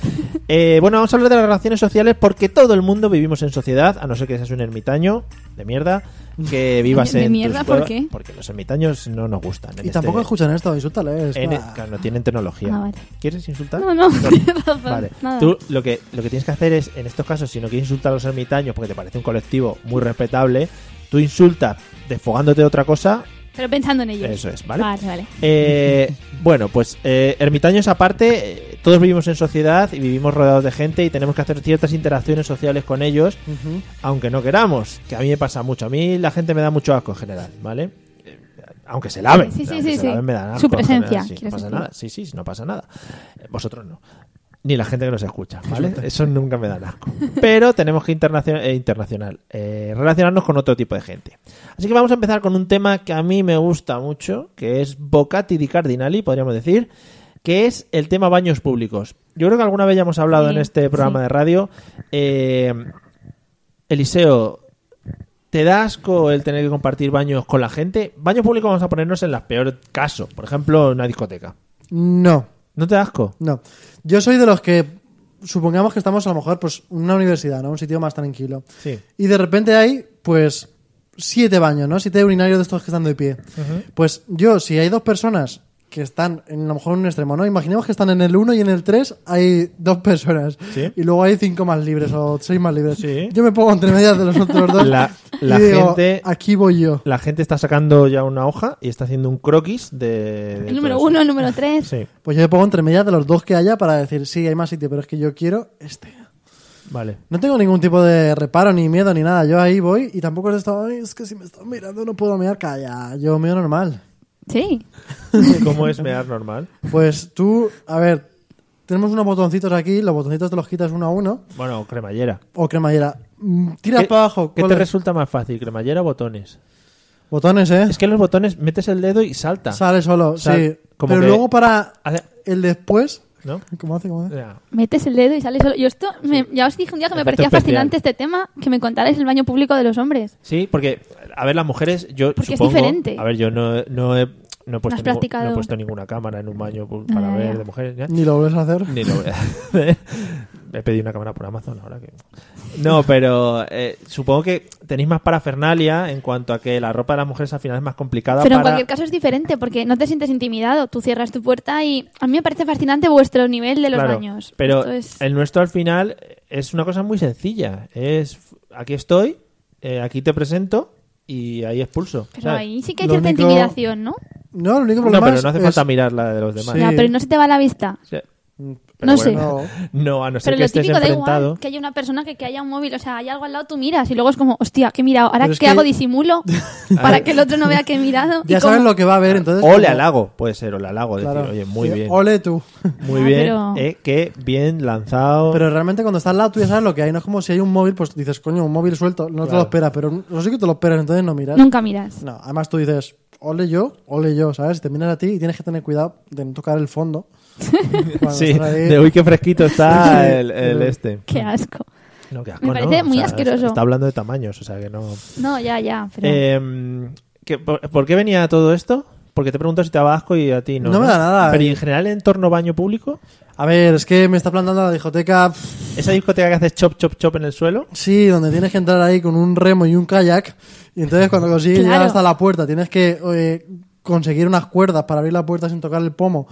[SPEAKER 1] Eh, bueno, vamos a hablar de las relaciones sociales porque todo el mundo vivimos en sociedad, a no ser que seas un ermitaño de mierda, que vivas
[SPEAKER 3] ¿De
[SPEAKER 1] en. tus
[SPEAKER 3] mierda? ¿Por
[SPEAKER 1] cuevas-
[SPEAKER 3] qué?
[SPEAKER 1] Porque los ermitaños no nos gustan. en
[SPEAKER 4] Y tampoco
[SPEAKER 1] este-
[SPEAKER 4] escuchan esto, insúltales.
[SPEAKER 1] en- e- este
[SPEAKER 4] va.
[SPEAKER 1] claro, no tienen tecnología.
[SPEAKER 3] Ah, vale.
[SPEAKER 1] ¿Quieres insultar?
[SPEAKER 3] No, no, tienes razón,
[SPEAKER 1] Vale.
[SPEAKER 3] nada.
[SPEAKER 1] Tú lo que, lo que tienes que hacer es, en estos casos, si no quieres insultar a los ermitaños porque te parece un colectivo muy respetable, tú insultas desfogándote de otra cosa.
[SPEAKER 3] Pero pensando en ellos.
[SPEAKER 1] Eso es, ¿vale?
[SPEAKER 3] Vale, vale.
[SPEAKER 1] Eh, bueno, pues eh, ermitaños aparte, eh, todos vivimos en sociedad y vivimos rodeados de gente y tenemos que hacer ciertas interacciones sociales con ellos,
[SPEAKER 4] Ujú.
[SPEAKER 1] aunque no queramos, que a mí me pasa mucho. A mí la gente me da mucho asco en general, ¿vale? Eh, Aunque se laven,
[SPEAKER 3] Sí, sí,
[SPEAKER 1] aunque
[SPEAKER 3] sí,
[SPEAKER 1] se
[SPEAKER 3] sí.
[SPEAKER 1] laven me dan asco
[SPEAKER 3] Su
[SPEAKER 1] en
[SPEAKER 3] presencia,
[SPEAKER 1] general, sí, no
[SPEAKER 3] quieres
[SPEAKER 1] pasa
[SPEAKER 3] decir.
[SPEAKER 1] nada, sí, sí, no pasa nada. Eh, Vosotros no. Ni la gente que nos escucha, ¿vale? Eso nunca me da asco. Pero tenemos que internacional, eh, internacional eh, relacionarnos con otro tipo de gente. Así que vamos a empezar con un tema que a mí me gusta mucho, que es Bocati di Cardinali, podríamos decir, que es el tema baños públicos. Yo creo que alguna vez ya hemos hablado
[SPEAKER 3] Sí,
[SPEAKER 1] en este programa
[SPEAKER 3] sí.
[SPEAKER 1] de radio. Eh, Eliseo, ¿te da asco el tener que compartir baños con la gente? Baños públicos vamos a ponernos en los peores casos, por ejemplo, en una discoteca.
[SPEAKER 4] No,
[SPEAKER 1] ¿No te da asco?
[SPEAKER 4] no. Yo soy de los que, supongamos que estamos a lo mejor, pues, en una universidad, ¿no? Un sitio más tranquilo.
[SPEAKER 1] Sí.
[SPEAKER 4] Y de repente hay, pues, siete baños, ¿no? Siete urinarios de estos que están de pie. Pues yo, si hay dos personas que están en a lo mejor en un extremo, ¿no? Imaginemos que están en el 1 y en el 3 hay dos personas.
[SPEAKER 1] Sí.
[SPEAKER 4] Y luego hay cinco más libres o seis más libres.
[SPEAKER 1] Sí.
[SPEAKER 4] Yo me pongo entre medias de los otros dos.
[SPEAKER 1] La-
[SPEAKER 4] y
[SPEAKER 1] la
[SPEAKER 4] digo,
[SPEAKER 1] gente-
[SPEAKER 4] Aquí voy yo.
[SPEAKER 1] La gente está sacando ya una hoja y está haciendo un croquis de... de
[SPEAKER 3] El número
[SPEAKER 1] todo eso.
[SPEAKER 3] uno, el número tres.
[SPEAKER 1] Sí,
[SPEAKER 4] Pues yo me pongo entre medias de los dos que haya para decir, sí, hay más sitio, pero es que yo quiero este.
[SPEAKER 1] vale.
[SPEAKER 4] No tengo ningún tipo de reparo, ni miedo, ni nada. Yo ahí voy y tampoco es esto, "Ay, es que si me están mirando no puedo mirar, calla. Yo miro normal.
[SPEAKER 3] Sí.
[SPEAKER 1] ¿Cómo es mear normal?
[SPEAKER 4] Pues tú, a ver, tenemos unos botoncitos aquí, los botoncitos te los quitas uno a uno,
[SPEAKER 1] Bueno, cremallera.
[SPEAKER 4] o cremallera. Mm, Tiras
[SPEAKER 1] ¿Qué-
[SPEAKER 4] para abajo.
[SPEAKER 1] ¿Qué te
[SPEAKER 4] ¿cuál es?
[SPEAKER 1] resulta más fácil, cremallera o botones?
[SPEAKER 4] Botones, ¿eh?
[SPEAKER 1] Es que los botones metes el dedo y salta.
[SPEAKER 4] Sale solo,
[SPEAKER 1] Sal-
[SPEAKER 4] sí.
[SPEAKER 1] como
[SPEAKER 4] Pero
[SPEAKER 1] que-
[SPEAKER 4] luego para
[SPEAKER 1] Hace-
[SPEAKER 4] el después...
[SPEAKER 1] ¿No?
[SPEAKER 4] ¿Cómo hace? ¿Cómo hace?
[SPEAKER 1] Ya.
[SPEAKER 3] Metes el dedo y sale solo. Yo esto, me- ya os dije un día que me
[SPEAKER 1] Efecto
[SPEAKER 3] parecía
[SPEAKER 1] especial.
[SPEAKER 3] fascinante este tema, que me contarais el baño público de los hombres.
[SPEAKER 1] Sí, porque, a ver, las mujeres, yo
[SPEAKER 3] Porque es
[SPEAKER 1] supongo.
[SPEAKER 3] diferente.
[SPEAKER 1] A ver, yo no, no he, no he puesto
[SPEAKER 3] has
[SPEAKER 1] ningún-
[SPEAKER 3] practicado.
[SPEAKER 1] no he puesto ninguna cámara en un baño pu- para
[SPEAKER 3] Ah,
[SPEAKER 1] ver
[SPEAKER 3] ya.
[SPEAKER 1] de mujeres. ¿ya?
[SPEAKER 4] Ni lo vuelves a hacer.
[SPEAKER 1] Ni lo voy a hacer. He pedido una cámara por Amazon ahora que. No, pero eh, supongo que tenéis más parafernalia en cuanto a que la ropa de las mujeres al final es más complicada
[SPEAKER 3] Pero en
[SPEAKER 1] para-
[SPEAKER 3] cualquier caso es diferente, porque no te sientes intimidado. Tú cierras tu puerta y a mí me parece fascinante vuestro nivel de los
[SPEAKER 1] Claro,
[SPEAKER 3] baños.
[SPEAKER 1] Pero
[SPEAKER 3] Esto es-
[SPEAKER 1] el nuestro al final es una cosa muy sencilla. Es f- aquí estoy, eh, aquí te presento y ahí expulso.
[SPEAKER 3] Pero
[SPEAKER 1] ¿sabes?
[SPEAKER 3] ahí sí que hay
[SPEAKER 4] Lo
[SPEAKER 3] cierta
[SPEAKER 4] único-
[SPEAKER 3] intimidación, ¿no?
[SPEAKER 4] No, el único
[SPEAKER 1] No,
[SPEAKER 4] problema
[SPEAKER 1] pero no hace
[SPEAKER 4] es-
[SPEAKER 1] falta mirar la de los demás.
[SPEAKER 4] Sí.
[SPEAKER 3] Ya, pero no se te va a la vista.
[SPEAKER 1] O sea,
[SPEAKER 4] Pero,
[SPEAKER 1] Pero
[SPEAKER 3] No
[SPEAKER 1] bueno, No, a no ser
[SPEAKER 3] Pero
[SPEAKER 1] que
[SPEAKER 3] lo
[SPEAKER 1] estés
[SPEAKER 3] típico da
[SPEAKER 1] enfrentado.
[SPEAKER 3] igual que haya una persona que, que haya un móvil, o sea, hay algo al lado, tú miras y luego es como, hostia, ¿qué he mirado? ¿Ahora
[SPEAKER 4] Pero es
[SPEAKER 3] qué
[SPEAKER 4] que-
[SPEAKER 3] hago? ¿Disimulo? para que el otro no vea que he mirado.
[SPEAKER 4] Ya sabes lo que va a haber, entonces.
[SPEAKER 1] O le
[SPEAKER 4] como-
[SPEAKER 1] halago, puede ser, o le halago. Decir,
[SPEAKER 4] Claro.
[SPEAKER 1] oye, muy
[SPEAKER 4] Sí,
[SPEAKER 1] bien.
[SPEAKER 4] Ole tú.
[SPEAKER 1] Muy
[SPEAKER 3] Ah,
[SPEAKER 1] bien.
[SPEAKER 3] pero-
[SPEAKER 1] eh, qué bien lanzado.
[SPEAKER 4] Pero realmente cuando estás al lado tú ya sabes lo que hay. No es como si hay un móvil, pues dices, coño, un móvil suelto. No te lo
[SPEAKER 1] Claro.
[SPEAKER 4] esperas, pero no sé que te lo esperas, entonces no miras.
[SPEAKER 3] Nunca miras.
[SPEAKER 4] No, además tú dices, ole yo, ole yo, ¿sabes? Te miras a ti y tienes que tener cuidado de no tocar el fondo. Cuando
[SPEAKER 1] sí,
[SPEAKER 4] estás ahí.
[SPEAKER 1] de uy, qué fresquito está el, el
[SPEAKER 4] Sí.
[SPEAKER 1] este.
[SPEAKER 3] Qué asco.
[SPEAKER 1] No, qué asco,
[SPEAKER 3] Me
[SPEAKER 1] ¿no?
[SPEAKER 3] parece muy asqueroso.
[SPEAKER 1] Está hablando de tamaños, o sea que no.
[SPEAKER 3] No, ya, ya. Pero...
[SPEAKER 1] Eh, ¿qué- por, por qué venía todo esto? Porque te pregunto si te daba asco y a ti no.
[SPEAKER 4] No me da nada,
[SPEAKER 1] Pero
[SPEAKER 4] eh.
[SPEAKER 1] ¿y en general, en torno baño público,
[SPEAKER 4] A ver, es que me está plantando la discoteca, pff,
[SPEAKER 1] esa discoteca que haces chop, chop, chop en el suelo.
[SPEAKER 4] sí, donde tienes que entrar ahí con un remo y un kayak. Y entonces cuando consigues
[SPEAKER 3] Claro.
[SPEAKER 4] llegar hasta la puerta, tienes que eh, conseguir unas cuerdas para abrir la puerta sin tocar el pomo.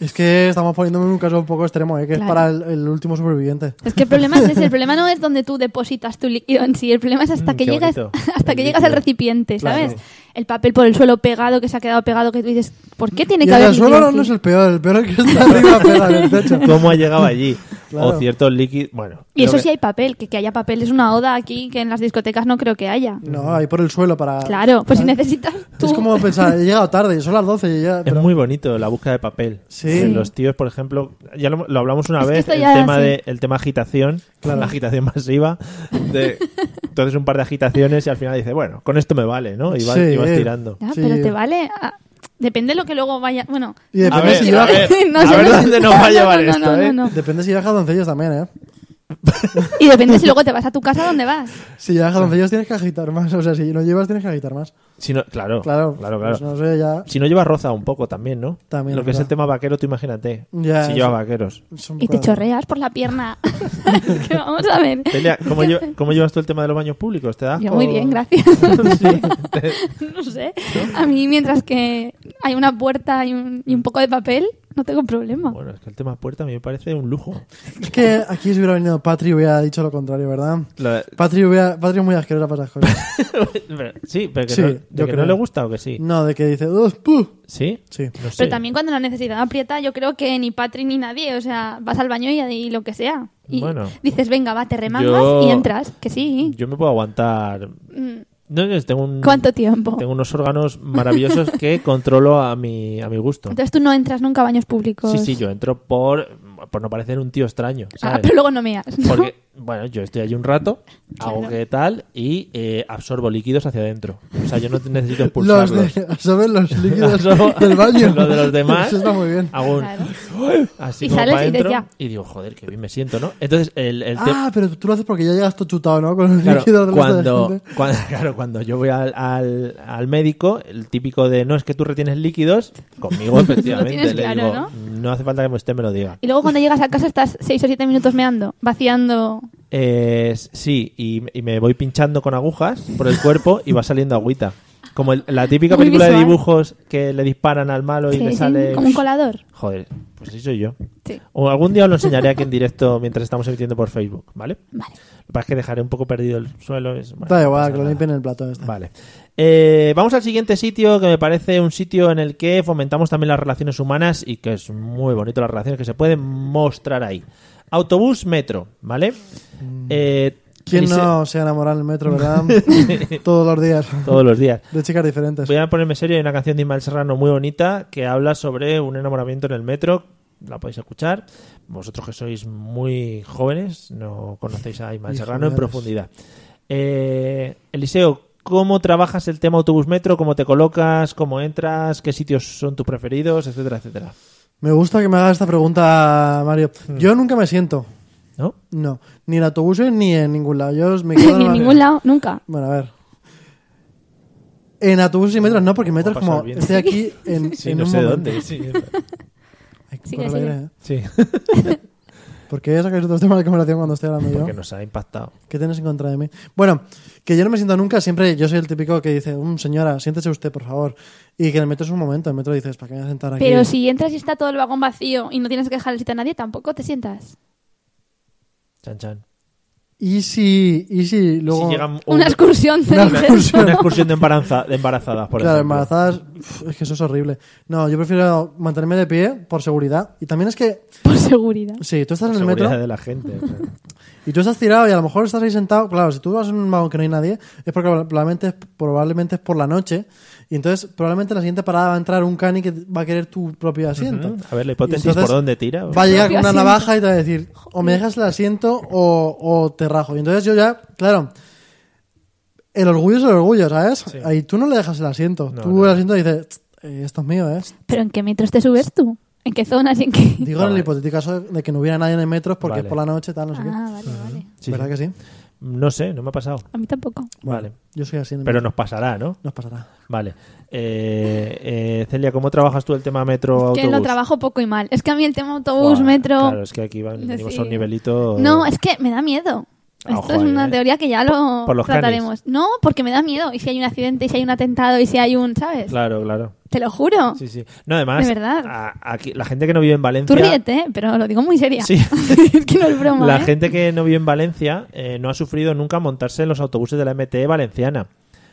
[SPEAKER 4] Es que estamos poniéndome en un caso un poco extremo, ¿eh? que es
[SPEAKER 3] Claro.
[SPEAKER 4] para el- el último superviviente.
[SPEAKER 3] Es que el problema es ese, el problema no es donde tú depositas tu líquido en sí, el problema es hasta
[SPEAKER 1] Mm,
[SPEAKER 3] que
[SPEAKER 1] qué
[SPEAKER 3] llegas
[SPEAKER 1] bonito.
[SPEAKER 3] hasta
[SPEAKER 1] El
[SPEAKER 3] que llegas al
[SPEAKER 1] líquido.
[SPEAKER 3] recipiente,
[SPEAKER 1] Claro.
[SPEAKER 3] ¿sabes? El papel por el suelo pegado que se ha quedado pegado que tú dices, ¿por qué tiene
[SPEAKER 4] Y
[SPEAKER 3] que
[SPEAKER 4] el
[SPEAKER 3] haber
[SPEAKER 4] del suelo
[SPEAKER 3] líquido
[SPEAKER 4] no, no es
[SPEAKER 3] aquí?".
[SPEAKER 4] el peor, el peor es el que está arriba pegado en el techo.
[SPEAKER 1] ¿Cómo ha llegado allí?
[SPEAKER 4] Claro.
[SPEAKER 1] O ciertos líquidos. Bueno.
[SPEAKER 3] Y
[SPEAKER 1] creo
[SPEAKER 3] eso
[SPEAKER 1] que-
[SPEAKER 3] sí hay papel, que, que haya papel es una oda aquí que en las discotecas no creo que haya.
[SPEAKER 4] No, ahí por el suelo para...
[SPEAKER 3] Claro, pues si necesitas tú
[SPEAKER 4] Es como pensar, he llegado tarde, son las 12 y ya...
[SPEAKER 1] Es
[SPEAKER 4] pero-
[SPEAKER 1] muy bonito la búsqueda de papel.
[SPEAKER 4] Sí.
[SPEAKER 1] De los tíos, por ejemplo, ya lo, lo hablamos una
[SPEAKER 3] Es que
[SPEAKER 1] vez,
[SPEAKER 3] esto
[SPEAKER 1] el
[SPEAKER 3] ya,
[SPEAKER 1] tema
[SPEAKER 3] sí.
[SPEAKER 1] de el tema agitación,
[SPEAKER 4] Claro.
[SPEAKER 1] agitación masiva. de- entonces un par de agitaciones y al final dice, bueno, con esto me vale, ¿no? Y vas,
[SPEAKER 4] Sí.
[SPEAKER 1] y vas tirando.
[SPEAKER 3] Ya,
[SPEAKER 4] Sí.
[SPEAKER 3] pero te vale. Ah, depende de lo que luego vaya. Bueno,
[SPEAKER 4] Y depende
[SPEAKER 1] A ver,
[SPEAKER 4] si
[SPEAKER 1] a
[SPEAKER 4] baja-
[SPEAKER 1] ver, a ver dónde nos va a llevar
[SPEAKER 3] no, no,
[SPEAKER 1] esto,
[SPEAKER 3] no,
[SPEAKER 1] ¿eh?
[SPEAKER 3] no, no.
[SPEAKER 4] Depende si baja doncellos también, ¿eh?
[SPEAKER 3] Y depende si luego te vas a tu casa, ¿dónde vas?
[SPEAKER 4] Si baja doncellos tienes que agitar más, o sea, si no llevas tienes que agitar más.
[SPEAKER 1] Si no- claro,
[SPEAKER 4] Claro,
[SPEAKER 1] claro, claro.
[SPEAKER 4] pues no sé, ya...
[SPEAKER 1] Si no lleva roza un poco también, ¿no?
[SPEAKER 4] También,
[SPEAKER 1] Lo que es
[SPEAKER 4] verdad.
[SPEAKER 1] el tema vaquero, tú imagínate.
[SPEAKER 4] Ya,
[SPEAKER 1] si
[SPEAKER 4] eso.
[SPEAKER 1] lleva vaqueros.
[SPEAKER 4] es un
[SPEAKER 3] Y te
[SPEAKER 4] poco-
[SPEAKER 3] chorreas por la pierna. Es que vamos a ver.
[SPEAKER 1] Celia, ¿cómo, lle- cómo llevas tú el tema de los baños públicos? ¿Te da
[SPEAKER 3] Yo
[SPEAKER 1] asco?
[SPEAKER 3] muy bien, gracias.
[SPEAKER 1] Sí.
[SPEAKER 3] no sé. A mí, mientras que hay una puerta y un, y un poco de papel, no tengo problema.
[SPEAKER 1] Bueno, es que el tema puerta a mí me parece un lujo.
[SPEAKER 4] Es que aquí si hubiera venido Patri hubiera dicho lo contrario, ¿verdad?
[SPEAKER 1] La-
[SPEAKER 4] Patri, hubiera- Patri es muy asquerosa para esas cosas.
[SPEAKER 1] Pero- sí, pero que,
[SPEAKER 4] Sí,
[SPEAKER 1] no,
[SPEAKER 4] yo
[SPEAKER 1] de que no
[SPEAKER 4] creo.
[SPEAKER 1] le gusta o que sí.
[SPEAKER 4] No, de que dice... "Uf, puh".
[SPEAKER 1] ¿Sí?
[SPEAKER 4] Sí.
[SPEAKER 1] No sé.
[SPEAKER 3] Pero también cuando la necesidad aprieta, yo creo que ni Patri ni nadie, o sea, vas al baño y, y lo que sea. Y
[SPEAKER 1] Bueno.
[SPEAKER 3] dices, venga, va, te remangas
[SPEAKER 1] Yo-
[SPEAKER 3] y entras, que sí.
[SPEAKER 1] Yo me puedo aguantar.
[SPEAKER 3] Mm,
[SPEAKER 1] No, no, tengo un-
[SPEAKER 3] ¿Cuánto tiempo?
[SPEAKER 1] Tengo unos órganos maravillosos que controlo a mi, a mi gusto.
[SPEAKER 3] Entonces tú no entras nunca a baños públicos.
[SPEAKER 1] Sí, sí, yo entro por, por no parecer un tío extraño.
[SPEAKER 3] Ah,
[SPEAKER 1] ¿sabes?
[SPEAKER 3] pero luego no meas. ¿no?
[SPEAKER 1] Porque, bueno, yo estoy allí un rato, hago
[SPEAKER 3] Claro.
[SPEAKER 1] que tal y eh, absorbo líquidos hacia adentro. O sea, yo no te- necesito
[SPEAKER 4] Los
[SPEAKER 1] expulsarlos.
[SPEAKER 4] de, absorben los líquidos
[SPEAKER 1] Absorbo
[SPEAKER 4] del baño.
[SPEAKER 1] Lo de los demás. Ah,
[SPEAKER 4] Eso está muy bien.
[SPEAKER 1] Hago un-
[SPEAKER 3] Claro.
[SPEAKER 1] Así
[SPEAKER 3] Y
[SPEAKER 1] como
[SPEAKER 3] sales
[SPEAKER 1] para
[SPEAKER 3] y dices,
[SPEAKER 1] adentro
[SPEAKER 3] "Ya".
[SPEAKER 1] y digo, joder, qué bien me siento, ¿no? Entonces, el, el tema...
[SPEAKER 4] Ah, pero tú lo haces porque ya llegas todo chutado, ¿no? Con los
[SPEAKER 1] Claro,
[SPEAKER 4] líquidos de la
[SPEAKER 1] cuando,
[SPEAKER 4] gente.
[SPEAKER 1] cuando- claro, cuando yo voy al, al, al médico, el típico de no es que tú retienes líquidos, conmigo efectivamente
[SPEAKER 3] tienes
[SPEAKER 1] le
[SPEAKER 3] claro,
[SPEAKER 1] digo,
[SPEAKER 3] ¿no?
[SPEAKER 1] hace falta que usted me lo diga.
[SPEAKER 3] Y luego cuando llegas a casa estás seis o siete minutos meando, vaciando.
[SPEAKER 1] Eh, sí, y, y me voy pinchando con agujas por el cuerpo y va saliendo agüita. Como el- la típica
[SPEAKER 3] Muy
[SPEAKER 1] película de
[SPEAKER 3] visual.
[SPEAKER 1] dibujos que le disparan al malo y
[SPEAKER 3] Sí,
[SPEAKER 1] le
[SPEAKER 3] sí,
[SPEAKER 1] sale...
[SPEAKER 3] como un colador.
[SPEAKER 1] Joder, pues sí soy yo.
[SPEAKER 3] Sí.
[SPEAKER 1] O algún día os lo enseñaré aquí en directo mientras estamos emitiendo por Facebook, ¿vale?
[SPEAKER 3] Vale.
[SPEAKER 1] Lo que pasa es que dejaré un poco perdido el suelo. es- bueno,
[SPEAKER 4] Da
[SPEAKER 1] no
[SPEAKER 4] igual,
[SPEAKER 1] pasa
[SPEAKER 4] que lo
[SPEAKER 1] nada.
[SPEAKER 4] limpien el plato. Este.
[SPEAKER 1] Vale. Eh, vamos al siguiente sitio que me parece un sitio en el que fomentamos también las relaciones humanas y que es muy bonito las relaciones que se pueden mostrar ahí. Autobús, metro, ¿vale? Eh,
[SPEAKER 4] Mm. ¿Quién
[SPEAKER 1] Elise-
[SPEAKER 4] no se enamora en el metro, verdad? Todos los días.
[SPEAKER 1] Todos los días.
[SPEAKER 4] De chicas diferentes.
[SPEAKER 1] Voy a ponerme serio, hay una canción de Ismael Serrano muy bonita que habla sobre un enamoramiento en el metro. La podéis escuchar. Vosotros que sois muy jóvenes, no conocéis a Ismael
[SPEAKER 4] Y
[SPEAKER 1] Serrano en
[SPEAKER 4] jóvenes.
[SPEAKER 1] profundidad. Eh, Eliseo, ¿cómo trabajas el tema autobús-metro? ¿Cómo te colocas? ¿Cómo entras? ¿Qué sitios son tus preferidos? Etcétera, etcétera.
[SPEAKER 4] Me gusta que me hagas esta pregunta, Mario.
[SPEAKER 1] Mm.
[SPEAKER 4] Yo nunca me siento.
[SPEAKER 1] ¿No?
[SPEAKER 4] No. Ni en autobuses ni en ningún lado. Yo me quedo
[SPEAKER 3] Ni en
[SPEAKER 4] normal-
[SPEAKER 3] ningún lado, nunca.
[SPEAKER 4] Bueno, a ver. En autobuses y metros no, porque metro es
[SPEAKER 1] Como
[SPEAKER 4] como.
[SPEAKER 1] pasar bien.
[SPEAKER 4] Estoy aquí en.
[SPEAKER 1] Sí,
[SPEAKER 4] en
[SPEAKER 1] no
[SPEAKER 4] un
[SPEAKER 1] sé
[SPEAKER 4] momento.
[SPEAKER 1] dónde. Sí,
[SPEAKER 4] Ay, qué
[SPEAKER 3] Sigue,
[SPEAKER 4] corta
[SPEAKER 3] sigue.
[SPEAKER 4] eres, ¿eh?
[SPEAKER 1] sí.
[SPEAKER 4] ¿Por qué sacáis otros temas de conversación cuando estoy hablando yo?
[SPEAKER 1] porque nos ha impactado.
[SPEAKER 4] ¿Qué tienes en contra de mí? Bueno, que yo no me siento nunca, siempre yo soy el típico que dice, "Mm, señora, siéntese usted, por favor. Y que en el metro es un momento, en el metro dices, ¿para qué me voy a sentar aquí?
[SPEAKER 3] Pero si entras y está todo el vagón vacío y no tienes que dejar el sitio a nadie, tampoco te sientas.
[SPEAKER 1] Chan, chan.
[SPEAKER 4] Y si, y si luego...
[SPEAKER 1] si llega un-
[SPEAKER 3] Una excursión de
[SPEAKER 4] Una
[SPEAKER 1] una,
[SPEAKER 4] excursión.
[SPEAKER 1] una excursión de, embaraza- de embarazadas, por
[SPEAKER 4] claro,
[SPEAKER 1] ejemplo.
[SPEAKER 4] embarazadas, uf, es que eso es horrible. No, yo prefiero mantenerme de pie por seguridad. Y también es que,
[SPEAKER 3] por seguridad.
[SPEAKER 4] sí, tú estás en el
[SPEAKER 1] Seguridad
[SPEAKER 4] metro
[SPEAKER 1] de la gente. claro.
[SPEAKER 4] y tú estás tirado y a lo mejor estás ahí sentado. Claro, si tú vas en un vagón que no hay nadie, es porque probablemente es, probablemente es por la noche. Y entonces, probablemente en la siguiente parada va a entrar un cani que va a querer tu propio asiento.
[SPEAKER 1] Ujú. A ver, la hipótesis,
[SPEAKER 4] Y entonces
[SPEAKER 1] ¿por dónde tira?
[SPEAKER 4] Va a llegar con
[SPEAKER 3] Propio
[SPEAKER 4] una
[SPEAKER 3] asiento.
[SPEAKER 4] navaja y te va a decir, o me dejas el asiento o, o te rajo. Y entonces yo ya, claro, el orgullo es el orgullo, ¿sabes? Ahí tú no le dejas el asiento.
[SPEAKER 1] No,
[SPEAKER 4] tú
[SPEAKER 1] no.
[SPEAKER 4] el asiento dices, "Tsk, eh, esto es mío, ¿eh?
[SPEAKER 3] ¿Pero en qué metros te subes tú? ¿En qué zonas y en qué...?
[SPEAKER 4] Digo
[SPEAKER 1] Ah,
[SPEAKER 4] en el
[SPEAKER 1] vale.
[SPEAKER 4] hipotético caso de que no hubiera nadie en el metro porque
[SPEAKER 1] Vale.
[SPEAKER 4] es por la noche, tal, no sé
[SPEAKER 3] Ah, vale, vale.
[SPEAKER 4] qué.
[SPEAKER 1] Sí,
[SPEAKER 4] ¿Verdad
[SPEAKER 1] sí.
[SPEAKER 4] que sí?
[SPEAKER 1] No sé, no me ha pasado.
[SPEAKER 3] A mí tampoco.
[SPEAKER 1] Vale.
[SPEAKER 4] Yo soy así. en el
[SPEAKER 1] Pero
[SPEAKER 4] metro.
[SPEAKER 1] nos pasará, ¿no?
[SPEAKER 4] Nos pasará.
[SPEAKER 1] Vale. Eh, eh, Celia, ¿cómo trabajas tú el tema metro autobús?
[SPEAKER 3] Que lo trabajo poco y mal. Es que a mí el tema autobús,
[SPEAKER 1] Buah,
[SPEAKER 3] metro...
[SPEAKER 1] Claro, es que aquí van, venimos a un
[SPEAKER 3] Sí.
[SPEAKER 1] nivelito.
[SPEAKER 3] No, es que me da miedo.
[SPEAKER 1] Ah,
[SPEAKER 3] Esto
[SPEAKER 1] joder,
[SPEAKER 3] es una
[SPEAKER 1] eh.
[SPEAKER 3] teoría que ya lo
[SPEAKER 1] Por los
[SPEAKER 3] trataremos. No, porque me da miedo. ¿Y si hay un accidente? ¿Y si hay un atentado? ¿Y si hay un, sabes?
[SPEAKER 1] Claro, claro.
[SPEAKER 3] Te lo juro.
[SPEAKER 1] Sí, sí. No, además,
[SPEAKER 3] De verdad.
[SPEAKER 1] a- aquí, la gente que no vive en
[SPEAKER 3] Tú
[SPEAKER 1] Valencia.
[SPEAKER 3] ríete, ¿eh? pero lo digo muy seria.
[SPEAKER 1] Sí.
[SPEAKER 3] es que no es broma.
[SPEAKER 1] La
[SPEAKER 3] ¿eh?
[SPEAKER 1] gente que no vive en Valencia eh, no ha sufrido nunca montarse en los autobuses de la MTE valenciana.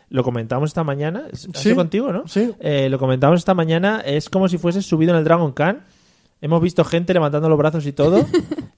[SPEAKER 1] Lo comentamos esta mañana. ¿Ha sido
[SPEAKER 4] Sí,
[SPEAKER 1] contigo, no?
[SPEAKER 4] sí.
[SPEAKER 1] Eh, lo comentamos esta mañana. Es como si fuese subido en el Dragon Khan. Hemos visto gente levantando los brazos y todo.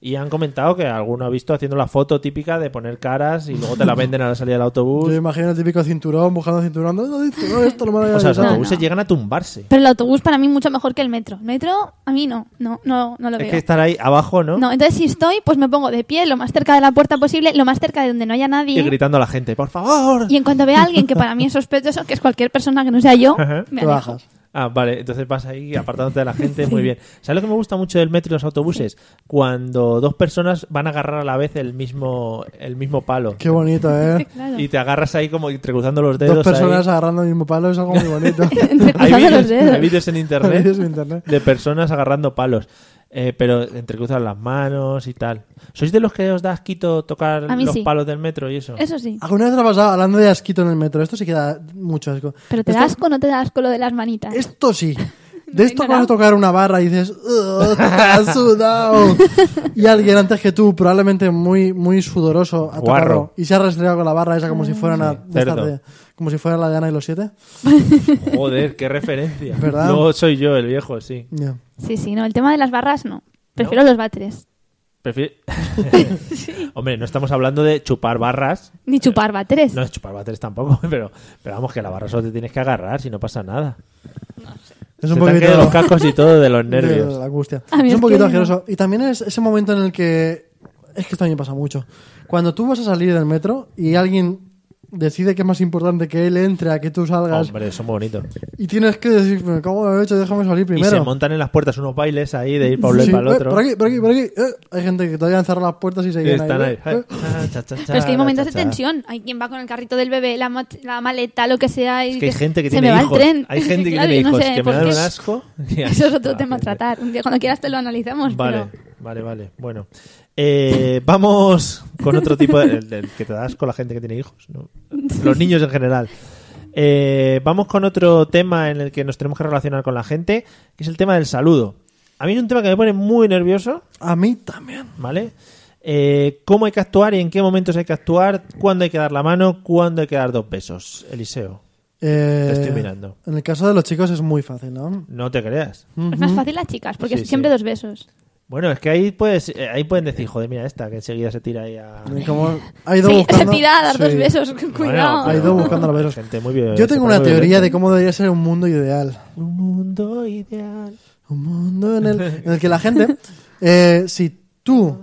[SPEAKER 1] y han comentado que alguno ha visto haciendo la foto típica de poner caras y luego te la venden a la salida del
[SPEAKER 4] Yo me
[SPEAKER 1] autobús.
[SPEAKER 4] imagino el típico cinturón, buscando cinturón. No, no, cinturón, esto no me lo voy a
[SPEAKER 1] O sea, los
[SPEAKER 4] avisar.
[SPEAKER 1] autobuses llegan a tumbarse.
[SPEAKER 3] Pero el autobús para mí mucho mejor que el metro. El metro, a mí no. No, no, no lo
[SPEAKER 1] Es
[SPEAKER 3] veo.
[SPEAKER 1] que estar ahí abajo, ¿no?
[SPEAKER 3] No, entonces si estoy, pues me pongo de pie, lo más cerca de la puerta posible, lo más cerca de donde no haya
[SPEAKER 1] Y
[SPEAKER 3] nadie.
[SPEAKER 1] gritando a la gente, por favor.
[SPEAKER 3] Y en cuanto vea a alguien que para mí es sospechoso, que es cualquier persona que no sea yo,
[SPEAKER 1] Ajá.
[SPEAKER 3] me
[SPEAKER 4] Te
[SPEAKER 3] alejo.
[SPEAKER 4] bajas.
[SPEAKER 1] Ah, vale, entonces vas ahí apartándote de la gente, muy bien. ¿Sabes lo que me gusta mucho del metro y los autobuses? Cuando dos personas van a agarrar a la vez el mismo, el mismo palo.
[SPEAKER 4] Qué bonito, ¿eh?
[SPEAKER 3] Claro.
[SPEAKER 1] Y te agarras ahí como entrecruzando los dedos.
[SPEAKER 4] Dos personas
[SPEAKER 1] ahí.
[SPEAKER 4] agarrando el mismo palo es algo muy bonito.
[SPEAKER 1] Hay
[SPEAKER 3] Entrecruzando
[SPEAKER 1] vídeos-
[SPEAKER 3] los dedos.
[SPEAKER 1] hay vídeos en
[SPEAKER 4] Hay vídeos en
[SPEAKER 1] internet
[SPEAKER 4] internet.
[SPEAKER 1] de personas agarrando palos. Eh, pero entrecruzan las manos y tal. ¿Sois de los que os da asquito tocar
[SPEAKER 3] A mí
[SPEAKER 1] los
[SPEAKER 3] sí.
[SPEAKER 1] palos del metro y eso?
[SPEAKER 3] Eso sí.
[SPEAKER 4] ¿Alguna vez te lo has pasado hablando de asquito en el metro? Esto sí que da mucho asco.
[SPEAKER 3] Pero te
[SPEAKER 4] esto,
[SPEAKER 3] das con o no te das con lo de las manitas.
[SPEAKER 4] Esto sí. De
[SPEAKER 3] No,
[SPEAKER 4] esto
[SPEAKER 3] no,
[SPEAKER 4] cuando
[SPEAKER 3] no.
[SPEAKER 4] tocar una barra y dices, "Ugh, te has sudado. y alguien antes que tú, probablemente muy, muy sudoroso, ha
[SPEAKER 1] Guarro.
[SPEAKER 4] tocado y se ha rastreado con la barra esa como si
[SPEAKER 3] Ah,
[SPEAKER 4] fuera una de estas
[SPEAKER 1] cerdo.
[SPEAKER 4] de- como si fuera la de Ana y los siete.
[SPEAKER 1] Joder, qué referencia.
[SPEAKER 4] ¿Verdad?
[SPEAKER 1] No soy yo el viejo, sí.
[SPEAKER 4] Ya.
[SPEAKER 3] Sí, sí, no, el tema de las barras no. Prefiero los váteres.
[SPEAKER 1] Prefiero- Hombre, no estamos hablando de chupar barras.
[SPEAKER 3] Ni chupar váteres.
[SPEAKER 1] No es chupar bateres tampoco, pero, pero vamos, que la barra solo te tienes que agarrar si no pasa nada.
[SPEAKER 4] Es
[SPEAKER 1] Se te han
[SPEAKER 4] un poquito
[SPEAKER 1] caído los cascos y todo de los nervios.
[SPEAKER 4] De la angustia.
[SPEAKER 3] A mí
[SPEAKER 4] Es
[SPEAKER 3] es
[SPEAKER 4] un poquito
[SPEAKER 3] que-
[SPEAKER 4] asqueroso. Y también es ese momento en el que. Es que esto a mí me pasa mucho. Cuando tú vas a salir del metro y alguien decide que es más importante que él entre a que tú salgas
[SPEAKER 1] Hombre, son muy bonitos.
[SPEAKER 4] y tienes que decir, "Me cago en lo he hecho? Déjame salir
[SPEAKER 1] Y
[SPEAKER 4] primero.
[SPEAKER 1] se montan en las puertas unos bailes ahí de ir para un lado y
[SPEAKER 4] Sí,
[SPEAKER 1] para el
[SPEAKER 4] eh,
[SPEAKER 1] otro.
[SPEAKER 4] por aquí, por aquí, por aquí. eh. hay gente que todavía han cerrado las puertas y
[SPEAKER 1] Y
[SPEAKER 4] siguen
[SPEAKER 1] están ahí.
[SPEAKER 4] ahí. eh, eh.
[SPEAKER 3] Pero es que hay momentos de tensión. Hay quien va con el carrito del bebé, la, ma- la maleta, lo que sea. Y
[SPEAKER 1] Es que hay gente que
[SPEAKER 3] se
[SPEAKER 1] tiene
[SPEAKER 3] me
[SPEAKER 1] hijos.
[SPEAKER 3] va el tren.
[SPEAKER 1] Hay gente que
[SPEAKER 3] Claro,
[SPEAKER 1] tiene
[SPEAKER 3] yo no
[SPEAKER 1] hijos
[SPEAKER 3] sé
[SPEAKER 1] que me
[SPEAKER 3] por
[SPEAKER 1] dan
[SPEAKER 3] qué.
[SPEAKER 1] un asco.
[SPEAKER 3] Eso es otro
[SPEAKER 1] Ah,
[SPEAKER 3] tema a
[SPEAKER 1] gente.
[SPEAKER 3] tratar. Un día cuando quieras te lo analizamos.
[SPEAKER 1] Vale,
[SPEAKER 3] pero-
[SPEAKER 1] vale, vale. Bueno, Eh, vamos con otro tipo de. el- el que te das con la gente que tiene hijos, ¿no? los niños en general. Eh, vamos con otro tema en el que nos tenemos que relacionar con la gente, que es el tema del saludo. A mí es un tema que me pone muy nervioso,
[SPEAKER 4] A mí también.
[SPEAKER 1] ¿vale? Eh, ¿Cómo hay que actuar y en qué momentos hay que actuar? ¿Cuándo hay que dar la mano? ¿Cuándo hay que dar dos besos? Eliseo,
[SPEAKER 4] Eh,
[SPEAKER 1] Te estoy mirando.
[SPEAKER 4] En el caso de los chicos es muy fácil, ¿no?
[SPEAKER 1] no te creas.
[SPEAKER 3] Es más fácil las chicas, porque
[SPEAKER 1] Sí,
[SPEAKER 3] siempre
[SPEAKER 1] sí.
[SPEAKER 3] dos besos.
[SPEAKER 1] Bueno, es que ahí, puedes, eh, ahí pueden decir, joder, mira esta, que enseguida se tira ahí a...
[SPEAKER 4] Y Como ha ido
[SPEAKER 3] Sí,
[SPEAKER 4] buscando...
[SPEAKER 3] se tira a dar dos
[SPEAKER 4] Sí.
[SPEAKER 3] besos. Cuidado.
[SPEAKER 1] pero-
[SPEAKER 4] Hay dos buscando los besos.
[SPEAKER 1] Gente muy bien-
[SPEAKER 4] Yo
[SPEAKER 1] se
[SPEAKER 4] tengo
[SPEAKER 1] pone
[SPEAKER 4] una
[SPEAKER 1] muy
[SPEAKER 4] teoría
[SPEAKER 1] violenta.
[SPEAKER 4] de cómo debería ser un mundo ideal.
[SPEAKER 1] Un mundo ideal.
[SPEAKER 4] Un mundo en el, en el que la gente, eh, si tú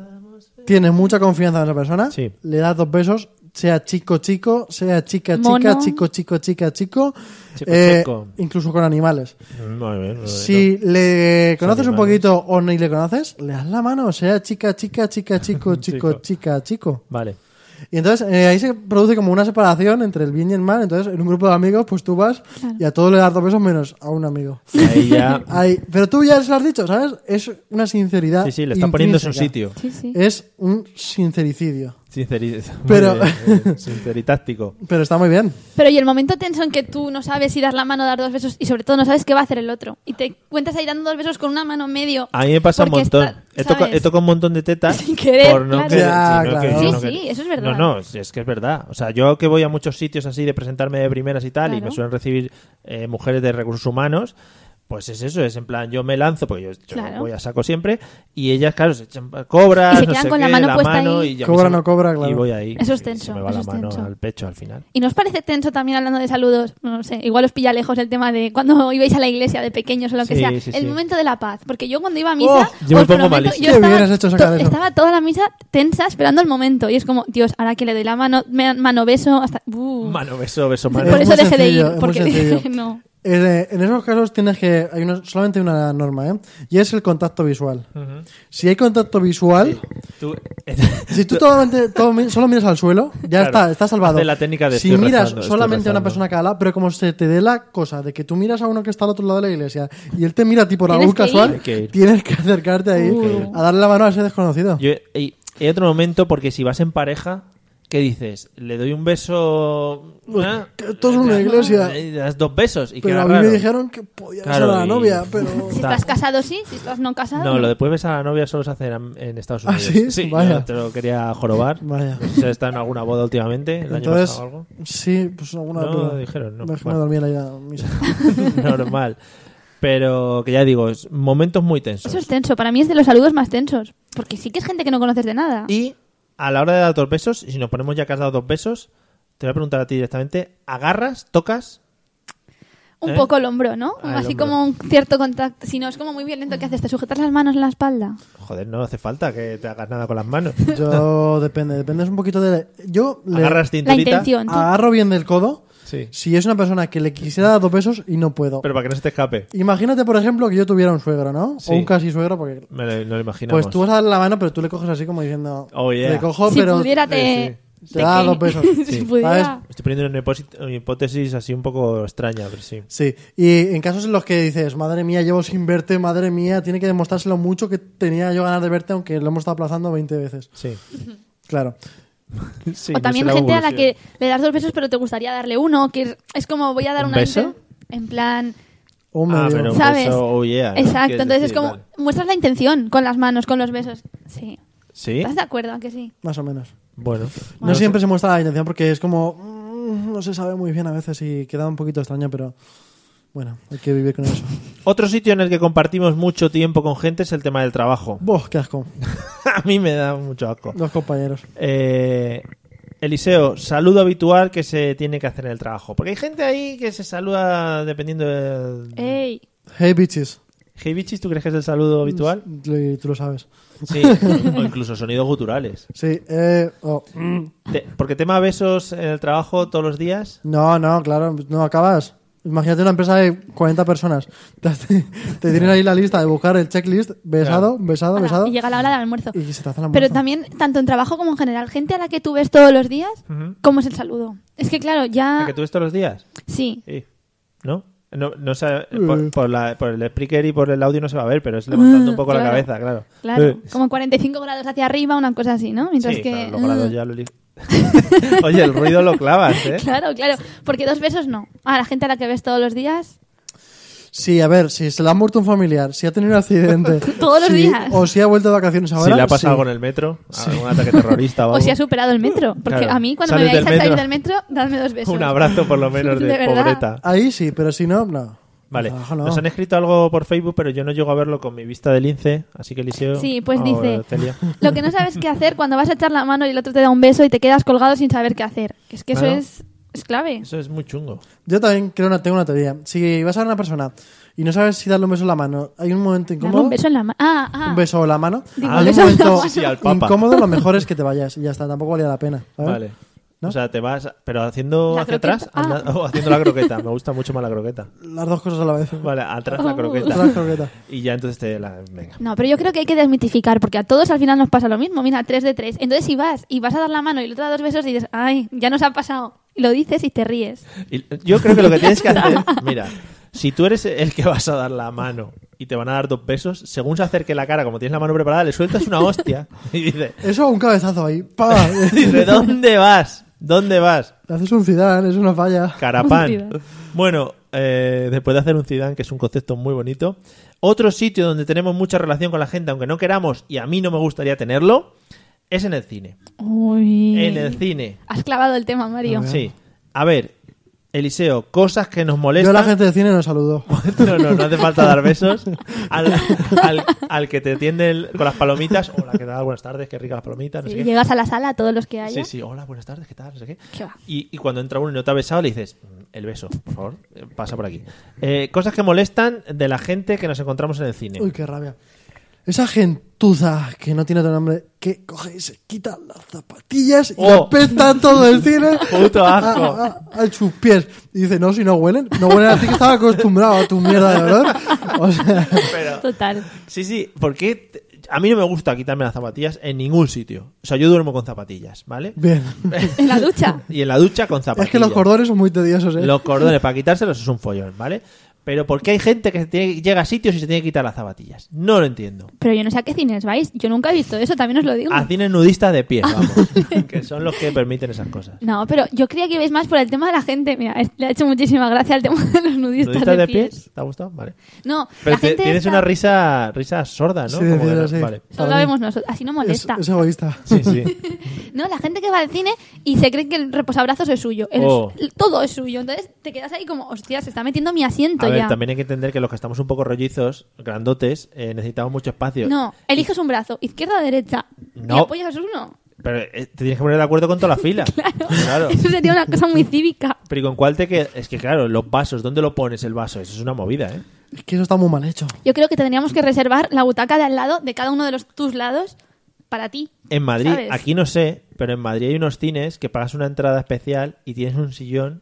[SPEAKER 4] tienes mucha confianza en esa persona,
[SPEAKER 1] Sí.
[SPEAKER 4] le das dos besos, sea chico chico, sea chica chica,
[SPEAKER 3] Mono.
[SPEAKER 4] chico chico chica chico,
[SPEAKER 1] Chico,
[SPEAKER 4] eh,
[SPEAKER 1] chico.
[SPEAKER 4] incluso con animales.
[SPEAKER 1] Mm, Muy bien, muy bien.
[SPEAKER 4] Si le conoces un
[SPEAKER 1] animales.
[SPEAKER 4] poquito o ni le conoces, le das la mano, sea chica chica chica chico
[SPEAKER 1] Chico.
[SPEAKER 4] chico chica chico.
[SPEAKER 1] Vale.
[SPEAKER 4] Y entonces eh, ahí se produce como una separación entre el bien y el mal. Entonces en un grupo de amigos, pues tú vas y a todos le das dos besos menos a un amigo.
[SPEAKER 1] Ahí ya.
[SPEAKER 4] Ay, pero tú ya se lo has dicho, ¿sabes? Es una sinceridad.
[SPEAKER 1] Sí, sí, le está poniendo en su
[SPEAKER 4] intrínseca.
[SPEAKER 1] sitio.
[SPEAKER 3] Sí, sí.
[SPEAKER 4] Es un sincericidio.
[SPEAKER 1] Sinceridad.
[SPEAKER 4] Pero-
[SPEAKER 1] Sinceritáctico.
[SPEAKER 4] Pero está muy bien.
[SPEAKER 3] Pero y el momento tenso en que tú no sabes si dar la mano, dar dos besos y sobre todo no sabes qué va a hacer el otro. Y te cuentas ahí dando dos besos con una mano medio.
[SPEAKER 1] A mí me pasa un
[SPEAKER 3] porque
[SPEAKER 1] montón.
[SPEAKER 3] está-
[SPEAKER 1] he, toca-
[SPEAKER 3] ¿sabes?
[SPEAKER 1] he tocado un montón de tetas.
[SPEAKER 3] Sin querer,
[SPEAKER 1] Por no
[SPEAKER 3] claro.
[SPEAKER 1] querer,
[SPEAKER 4] Ya,
[SPEAKER 1] sí, no
[SPEAKER 4] claro.
[SPEAKER 1] querer,
[SPEAKER 4] Sí,
[SPEAKER 1] no
[SPEAKER 3] sí,
[SPEAKER 1] querer.
[SPEAKER 3] eso es verdad.
[SPEAKER 1] No, no, es es que es verdad. O sea, yo que voy a muchos sitios así de presentarme de primeras y tal, y
[SPEAKER 3] Claro.
[SPEAKER 1] me suelen recibir eh, mujeres de recursos humanos. Pues es eso, es en plan, yo me lanzo, porque yo, yo
[SPEAKER 3] Claro.
[SPEAKER 1] voy a saco siempre, y ellas, claro, se echan cobras,
[SPEAKER 3] Y se
[SPEAKER 1] no
[SPEAKER 3] quedan
[SPEAKER 1] sé
[SPEAKER 3] con la
[SPEAKER 1] qué,
[SPEAKER 3] mano puesta ahí.
[SPEAKER 1] y yo-
[SPEAKER 4] Cobra,
[SPEAKER 1] y se-
[SPEAKER 4] no cobra, claro.
[SPEAKER 1] Y voy ahí.
[SPEAKER 3] Eso es
[SPEAKER 1] y
[SPEAKER 3] tenso,
[SPEAKER 1] Se me va
[SPEAKER 3] eso
[SPEAKER 1] la
[SPEAKER 3] es
[SPEAKER 1] mano
[SPEAKER 3] tenso.
[SPEAKER 1] al pecho al final.
[SPEAKER 3] ¿Y nos parece tenso también hablando de saludos? No sé, igual os pilla lejos el tema de cuando ibais a la iglesia de pequeños o lo que
[SPEAKER 1] Sí,
[SPEAKER 3] sea.
[SPEAKER 1] sí,
[SPEAKER 3] el
[SPEAKER 1] sí.
[SPEAKER 3] momento de la paz. Porque yo cuando iba a misa,
[SPEAKER 1] Oh, yo me
[SPEAKER 3] os
[SPEAKER 1] pongo
[SPEAKER 3] prometo,
[SPEAKER 1] malísimo.
[SPEAKER 3] yo
[SPEAKER 4] Qué
[SPEAKER 3] estaba,
[SPEAKER 4] bien has hecho sacar
[SPEAKER 3] to-
[SPEAKER 4] eso.
[SPEAKER 3] estaba toda la misa tensa esperando el momento. Y es como, Dios, ahora que le doy la mano, me- mano beso, hasta... uh.
[SPEAKER 1] Mano, beso, beso,
[SPEAKER 3] Por
[SPEAKER 1] mano.
[SPEAKER 4] Es
[SPEAKER 3] eso
[SPEAKER 4] muy
[SPEAKER 3] dejé de ir.
[SPEAKER 4] sencillo, es muy
[SPEAKER 3] Porque
[SPEAKER 4] sencillo.
[SPEAKER 3] dije, no.
[SPEAKER 4] Eh, en esos casos tienes que. Hay una- solamente una norma, ¿eh? Y es el contacto visual. Si hay contacto visual.
[SPEAKER 1] Tú-
[SPEAKER 4] Si tú totalmente- todo mi- solo miras al suelo, ya
[SPEAKER 1] Claro.
[SPEAKER 4] está, está salvado.
[SPEAKER 1] Hace la técnica de
[SPEAKER 4] si
[SPEAKER 1] estoy
[SPEAKER 4] miras
[SPEAKER 1] rezando, estoy
[SPEAKER 4] solamente a una
[SPEAKER 1] rezando.
[SPEAKER 4] persona que ala, pero como se te dé la cosa de que tú miras a uno que está al otro lado de la iglesia y él te mira a ti por la
[SPEAKER 3] Tienes
[SPEAKER 4] luz
[SPEAKER 3] que ir.
[SPEAKER 4] casual,
[SPEAKER 1] Hay que ir.
[SPEAKER 4] tienes que acercarte ahí
[SPEAKER 3] Uh.
[SPEAKER 4] a darle la mano a ese desconocido.
[SPEAKER 1] Yo, y, y otro momento, porque si vas en pareja, ¿qué dices? Le doy un beso. ¿eh?
[SPEAKER 4] que esto es una iglesia.
[SPEAKER 1] Le das dos besos. Y
[SPEAKER 4] pero
[SPEAKER 1] queda
[SPEAKER 4] a mí
[SPEAKER 1] raro.
[SPEAKER 4] me dijeron que podía
[SPEAKER 1] Claro,
[SPEAKER 4] ser a la
[SPEAKER 1] y-
[SPEAKER 4] novia, pero...
[SPEAKER 3] Si
[SPEAKER 1] Está.
[SPEAKER 3] estás casado, sí. Si estás no casado.
[SPEAKER 1] No, lo de puedes besar a la novia solo se hace en, en Estados
[SPEAKER 4] ¿Ah,
[SPEAKER 1] Unidos.
[SPEAKER 4] sí?
[SPEAKER 1] yo
[SPEAKER 4] Vaya.
[SPEAKER 1] te lo quería jorobar.
[SPEAKER 4] Vaya.
[SPEAKER 1] No sé si has estado en alguna boda últimamente, el año
[SPEAKER 4] Entonces,
[SPEAKER 1] pasado o algo.
[SPEAKER 4] sí, pues alguna...
[SPEAKER 1] No,
[SPEAKER 4] duda.
[SPEAKER 1] dijeron, no.
[SPEAKER 4] Déjame
[SPEAKER 1] Bueno.
[SPEAKER 4] dormir ahí a misa.
[SPEAKER 1] Normal. Pero que ya digo, es momentos muy tensos.
[SPEAKER 3] Eso es tenso. Para mí es de los saludos más tensos. Porque sí que es gente que no conoces de nada.
[SPEAKER 1] Y a la hora de dar dos besos, y si nos ponemos ya que has dado dos besos, te voy a preguntar a ti directamente: ¿agarras, tocas?
[SPEAKER 3] un
[SPEAKER 1] ¿eh?
[SPEAKER 3] poco el hombro, ¿no?
[SPEAKER 1] Ah, el
[SPEAKER 3] Así
[SPEAKER 1] hombro.
[SPEAKER 3] como un cierto contacto. Si no, es como muy violento. ¿Qué haces? ¿Te sujetas las manos en la espalda?
[SPEAKER 1] Joder, no hace falta que te hagas nada con las manos.
[SPEAKER 4] Yo depende, depende un poquito de... Yo le
[SPEAKER 1] Agarras
[SPEAKER 3] La
[SPEAKER 1] cinturita.
[SPEAKER 3] intención. tú.
[SPEAKER 4] agarro bien del codo
[SPEAKER 1] Sí.
[SPEAKER 4] si es una persona que le quisiera dar dos besos y no puedo.
[SPEAKER 1] Pero para que no se te escape.
[SPEAKER 4] Imagínate, por ejemplo, que yo tuviera un suegro, ¿no?
[SPEAKER 1] Sí.
[SPEAKER 4] O un casi suegro, porque...
[SPEAKER 1] Me lo, no lo imaginamos.
[SPEAKER 4] Pues tú vas a darle la mano, pero tú le coges así como diciendo...
[SPEAKER 1] Oh, yeah.
[SPEAKER 4] Le cojo,
[SPEAKER 3] si
[SPEAKER 4] pero... eh,
[SPEAKER 3] pudiera te...
[SPEAKER 4] sí. Te da
[SPEAKER 3] que-
[SPEAKER 4] dos besos.
[SPEAKER 3] si
[SPEAKER 4] Sí.
[SPEAKER 3] pudiera...
[SPEAKER 4] ¿Sabes?
[SPEAKER 1] Estoy poniendo una hipósi- una hipótesis así un poco extraña, pero sí.
[SPEAKER 4] Sí, y en casos en los que dices, madre mía, llevo sin verte, madre mía, tiene que demostrárselo mucho que tenía yo ganas de verte, aunque lo hemos estado aplazando 20 veces.
[SPEAKER 1] Sí.
[SPEAKER 4] Claro.
[SPEAKER 1] Sí,
[SPEAKER 3] o
[SPEAKER 1] no
[SPEAKER 3] también
[SPEAKER 1] será
[SPEAKER 3] gente a la
[SPEAKER 1] evolución.
[SPEAKER 3] que le das dos besos pero te gustaría darle uno. que es- Es como voy a dar
[SPEAKER 1] ¿Un
[SPEAKER 3] una...
[SPEAKER 1] beso?
[SPEAKER 3] inten- En plan...
[SPEAKER 4] O me
[SPEAKER 1] Ah,
[SPEAKER 4] dio.
[SPEAKER 1] pero un
[SPEAKER 3] ¿Sabes?
[SPEAKER 1] beso, oh, yeah, ¿no?
[SPEAKER 3] Exacto.
[SPEAKER 1] Quieres
[SPEAKER 3] Entonces es
[SPEAKER 1] decir,
[SPEAKER 3] como...
[SPEAKER 1] vale.
[SPEAKER 3] Muestras la intención con las manos, con los besos. Sí.
[SPEAKER 1] Sí.
[SPEAKER 3] ¿Estás de acuerdo? ¿A que sí?
[SPEAKER 4] Más o menos.
[SPEAKER 1] Bueno.
[SPEAKER 4] No, siempre se muestra la intención porque es como... mm, no se sabe muy bien a veces y queda un poquito extraño, pero... Bueno, hay que vivir con eso.
[SPEAKER 1] Otro sitio en el que compartimos mucho tiempo con gente es el tema del trabajo.
[SPEAKER 4] Buah, qué asco.
[SPEAKER 1] A mí me da mucho asco.
[SPEAKER 4] Los compañeros.
[SPEAKER 1] Eh, Eliseo, saludo habitual que se tiene que hacer en el trabajo. Porque hay gente ahí que se saluda dependiendo del...
[SPEAKER 3] ¡Ey!
[SPEAKER 4] Hey, bitches.
[SPEAKER 1] Hey, bichis, ¿tú crees que es el saludo habitual?
[SPEAKER 4] Lo- Tú lo sabes.
[SPEAKER 1] Sí. o incluso sonidos guturales.
[SPEAKER 4] Sí, eh... oh, mm.
[SPEAKER 1] Te- porque tema besos en el trabajo todos los días.
[SPEAKER 4] No, no, claro, no acabas. Imagínate una empresa de 40 personas. Te, hace- te tienen ahí la lista de buscar el checklist, besado, besado,
[SPEAKER 3] Ala,
[SPEAKER 4] besado.
[SPEAKER 3] Y llega la hora del almuerzo.
[SPEAKER 4] Y se te hace la
[SPEAKER 3] Pero
[SPEAKER 4] mudanza.
[SPEAKER 3] también, tanto en trabajo como en general, gente a la que tú ves todos los días,
[SPEAKER 1] Ujú.
[SPEAKER 3] ¿cómo es el saludo? Es que claro,
[SPEAKER 1] ¿La
[SPEAKER 3] ya...
[SPEAKER 1] que tú ves todos los días?
[SPEAKER 3] Sí.
[SPEAKER 1] Sí. ¿No? No, no sé, por, por la- por el speaker y por el audio no se va a ver, pero es levantando un poco la
[SPEAKER 3] Mm, claro.
[SPEAKER 1] cabeza, claro.
[SPEAKER 3] Claro,
[SPEAKER 1] Eh,
[SPEAKER 3] como 45 grados hacia arriba, una cosa así, ¿no? Mientras
[SPEAKER 1] sí,
[SPEAKER 3] que...
[SPEAKER 1] claro, los grados
[SPEAKER 3] mm,
[SPEAKER 1] ya lo li- Oye, el ruido lo clavas, ¿eh?
[SPEAKER 3] Claro, claro, porque dos besos no. A la gente a la que ves todos los días,
[SPEAKER 4] Sí, a ver, si se le ha muerto un familiar, si ha tenido un accidente.
[SPEAKER 3] Todos los
[SPEAKER 4] si-
[SPEAKER 3] días.
[SPEAKER 4] O si ha vuelto de vacaciones ahora.
[SPEAKER 1] si le ha pasado
[SPEAKER 4] sí.
[SPEAKER 1] algo en el metro, algún ataque terrorista o algo.
[SPEAKER 3] o si has superado el metro. Porque
[SPEAKER 1] Ah, Uh, Claro.
[SPEAKER 3] a mí, cuando me
[SPEAKER 1] Sales
[SPEAKER 3] veáis
[SPEAKER 1] del
[SPEAKER 3] a salir
[SPEAKER 1] metro.
[SPEAKER 3] del metro, dadme dos besos.
[SPEAKER 1] Un abrazo por lo menos de,
[SPEAKER 3] De verdad.
[SPEAKER 1] pobreta.
[SPEAKER 4] Ahí sí, pero si no, no.
[SPEAKER 1] Vale,
[SPEAKER 4] Ojo, no.
[SPEAKER 1] nos han escrito algo por Facebook, pero yo no llego a verlo con mi vista de lince, así que Eliseo...
[SPEAKER 3] Sí, pues
[SPEAKER 1] o
[SPEAKER 3] dice,
[SPEAKER 1] Celia.
[SPEAKER 3] Lo que no sabes qué hacer cuando vas a echar la mano y el otro te da un beso y te quedas colgado sin saber qué hacer. Que Es que
[SPEAKER 1] Claro.
[SPEAKER 3] eso es, es clave.
[SPEAKER 1] Eso es muy chungo.
[SPEAKER 4] Yo también creo una, tengo una teoría. Si vas a ver a una persona y no sabes si darle un beso en la mano, hay un momento
[SPEAKER 3] Dame
[SPEAKER 4] incómodo.
[SPEAKER 3] un beso en la mano. Ah, ah.
[SPEAKER 4] un beso o la mano.
[SPEAKER 3] Digo,
[SPEAKER 4] hay
[SPEAKER 3] un
[SPEAKER 4] un
[SPEAKER 3] beso en la
[SPEAKER 4] momento
[SPEAKER 1] mano. Sí, al papa.
[SPEAKER 4] incómodo, lo mejor es que te vayas y ya está, tampoco valía la pena. ¿sabes?
[SPEAKER 1] Vale.
[SPEAKER 4] ¿No?
[SPEAKER 1] O sea, te vas, pero haciendo
[SPEAKER 3] La
[SPEAKER 1] hacia
[SPEAKER 3] croqueta. Ah.
[SPEAKER 1] atrás anda- o haciendo la croqueta. Me gusta mucho más la croqueta.
[SPEAKER 4] Las dos cosas a la vez.
[SPEAKER 1] Vale, atrás la
[SPEAKER 3] Oh.
[SPEAKER 4] Otra
[SPEAKER 1] croqueta.
[SPEAKER 4] croqueta.
[SPEAKER 1] Y ya entonces te la. Venga.
[SPEAKER 3] No, pero yo creo que hay que desmitificar porque a todos al final nos pasa lo mismo. Mira, tres de tres. Entonces si vas y vas a dar la mano y el otro da dos besos y dices, ay, ya nos ha pasado. Y lo dices y te ríes.
[SPEAKER 1] Y yo creo que lo que tienes que hacer. Mira, si tú eres el que vas a dar la mano y y te van a dar dos besos, según se acerque la cara, como tienes la mano preparada, le sueltas una hostia y dice,
[SPEAKER 4] Eso, un cabezazo ahí. ¡Pa!
[SPEAKER 1] dice, ¿dónde vas? ¿Dónde vas?
[SPEAKER 4] Te haces un Zidane, es una falla.
[SPEAKER 3] Un
[SPEAKER 1] Carapán.
[SPEAKER 3] Zidane.
[SPEAKER 1] Bueno, eh, después de hacer un Zidane, que es un concepto muy bonito, otro sitio donde tenemos mucha relación con la gente, aunque no queramos y a mí no me gustaría tenerlo, es en el cine.
[SPEAKER 3] Uy.
[SPEAKER 1] En el cine.
[SPEAKER 3] Has clavado el tema, Mario.
[SPEAKER 1] Sí. A ver, Eliseo, cosas que nos
[SPEAKER 4] Yo a
[SPEAKER 1] molestan.
[SPEAKER 4] la gente de cine no saludo.
[SPEAKER 1] No, no, no hace falta dar besos al, al- al que te atiende el- con las palomitas. Hola, ¿qué tal? Buenas tardes, qué rica las palomitas. No
[SPEAKER 3] Sí,
[SPEAKER 1] sé qué.
[SPEAKER 3] Llegas a la sala, todos los que hay.
[SPEAKER 1] Sí, sí, hola, buenas tardes, ¿qué tal? No sé qué.
[SPEAKER 3] ¿Qué va?
[SPEAKER 1] Y, y cuando entra uno y no te ha besado, le dices, "Mm, el beso, por favor, eh, pasa por aquí. Eh, cosas que molestan de la gente que nos encontramos en el cine.
[SPEAKER 4] Uy, qué rabia. Esa gentuza que no tiene otro nombre, que coge y se quita las zapatillas y
[SPEAKER 1] Oh.
[SPEAKER 4] apesta todo el cine. Ah,
[SPEAKER 1] Puto asco.
[SPEAKER 4] A, a- a sus pies. Y dice, no, si no huelen. No huelen a ti que estaba acostumbrado a tu mierda de olor. O sea,
[SPEAKER 1] Pero-
[SPEAKER 3] Total.
[SPEAKER 1] sí, sí, porque te- a mí no me gusta quitarme las zapatillas en ningún sitio. O sea, yo duermo con zapatillas, ¿vale?
[SPEAKER 4] bien.
[SPEAKER 3] En la ducha.
[SPEAKER 1] Y en la ducha con zapatillas.
[SPEAKER 4] Es que los cordones son muy tediosos, ¿eh?
[SPEAKER 1] Los cordones, para quitárselos es un follón, ¿vale? Pero ¿por qué hay gente que se tiene- llega a sitios y se tiene que quitar las zapatillas? No lo entiendo.
[SPEAKER 3] Pero yo no sé a qué cines vais. Yo nunca he visto eso, también os lo digo.
[SPEAKER 1] A cines nudistas de pie, vamos. que son los que permiten esas cosas.
[SPEAKER 3] No, pero yo creía que ibais más por el tema de la gente. Mira, es- le ha hecho muchísima gracia el tema de los nudistas,
[SPEAKER 1] ¿Nudistas de
[SPEAKER 3] pies.
[SPEAKER 1] pies? ¿Te ha gustado? Vale.
[SPEAKER 3] No,
[SPEAKER 1] Pero
[SPEAKER 3] la
[SPEAKER 1] te-
[SPEAKER 3] gente
[SPEAKER 1] tienes
[SPEAKER 3] esta-
[SPEAKER 1] una risa, risa sorda, ¿no?
[SPEAKER 4] Sí, de
[SPEAKER 1] Como que
[SPEAKER 4] cine,
[SPEAKER 1] no-
[SPEAKER 4] sí.
[SPEAKER 1] Vale.
[SPEAKER 3] Solo la vemos nosotros, así no
[SPEAKER 4] Es,
[SPEAKER 3] molesta.
[SPEAKER 4] es egoísta.
[SPEAKER 1] Sí, sí.
[SPEAKER 3] No, la gente que va al cine y se cree que el reposabrazos es suyo. El-
[SPEAKER 1] Oh.
[SPEAKER 3] Todo es suyo. Entonces te quedas ahí como, hostia, se está metiendo mi asiento
[SPEAKER 1] A ver,
[SPEAKER 3] ya.
[SPEAKER 1] también hay que entender que los que estamos un poco rollizos, grandotes, eh, necesitamos mucho espacio.
[SPEAKER 3] No, eliges un brazo, izquierda o derecha.
[SPEAKER 1] No.
[SPEAKER 3] Y apoyas uno.
[SPEAKER 1] Pero eh, te tienes que poner de acuerdo con toda la fila.
[SPEAKER 3] Claro. Eso sería una cosa muy cívica.
[SPEAKER 1] Pero ¿y con cuál te quedas? Es que claro, los vasos, ¿dónde lo pones el vaso? Eso es una movida, ¿eh?
[SPEAKER 4] Es que eso está muy mal hecho.
[SPEAKER 3] Yo creo que tendríamos que reservar la butaca de al lado, de cada uno de los tus lados, para ti.
[SPEAKER 1] En Madrid,
[SPEAKER 3] ¿Sabes?
[SPEAKER 1] aquí no sé, pero en Madrid hay unos cines que pagas una entrada especial y tienes un sillón,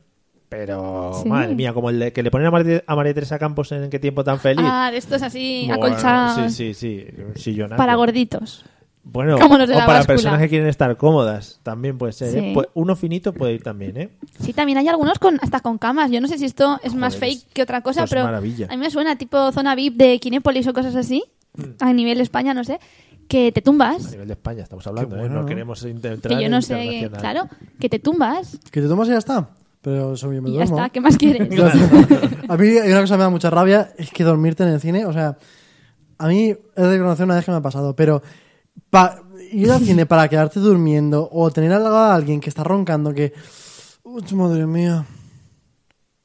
[SPEAKER 1] pero
[SPEAKER 3] Sí.
[SPEAKER 1] madre mía, como el de- que le ponen a María, a María Teresa Campos en Qué tiempo tan feliz.
[SPEAKER 3] Ah, de estos así,
[SPEAKER 1] Bueno,
[SPEAKER 3] acolchados.
[SPEAKER 1] Sí, sí, sí, un sillonazo.
[SPEAKER 3] Para gorditos.
[SPEAKER 1] Bueno,
[SPEAKER 3] Como los de
[SPEAKER 1] o
[SPEAKER 3] la
[SPEAKER 1] para
[SPEAKER 3] báscula.
[SPEAKER 1] personas que quieren estar cómodas, también puede ser. ¿eh?
[SPEAKER 3] Sí.
[SPEAKER 1] Pu- Uno finito puede ir también, ¿eh?
[SPEAKER 3] Sí, también hay algunos con hasta con camas. Yo no sé si esto es más
[SPEAKER 1] Joder,
[SPEAKER 3] fake que otra cosa,
[SPEAKER 1] esto es
[SPEAKER 3] pero
[SPEAKER 1] maravilla.
[SPEAKER 3] a mí me suena tipo zona VIP de Kinépolis o cosas así, a nivel España, no sé, que te
[SPEAKER 1] A
[SPEAKER 3] tumbas,
[SPEAKER 1] nivel de España estamos hablando, ¿eh?
[SPEAKER 4] bueno,
[SPEAKER 1] No,
[SPEAKER 4] ¿no?
[SPEAKER 1] queremos inter- entrar
[SPEAKER 3] que yo
[SPEAKER 1] en
[SPEAKER 3] no sé, que-
[SPEAKER 1] internacional.
[SPEAKER 3] claro, que te tumbas
[SPEAKER 4] Que te tomas y ya está. Pero eso yo me
[SPEAKER 3] y ya
[SPEAKER 4] duermo.
[SPEAKER 3] está, ¿qué más quieres?
[SPEAKER 4] A mí hay una cosa que me da mucha rabia, es que dormirte en el cine, o sea, a mí he de reconocer una vez que me ha pasado, pero pa- ir al cine para quedarte durmiendo o tener al lado a alguien que está roncando que... "Uy, madre mía!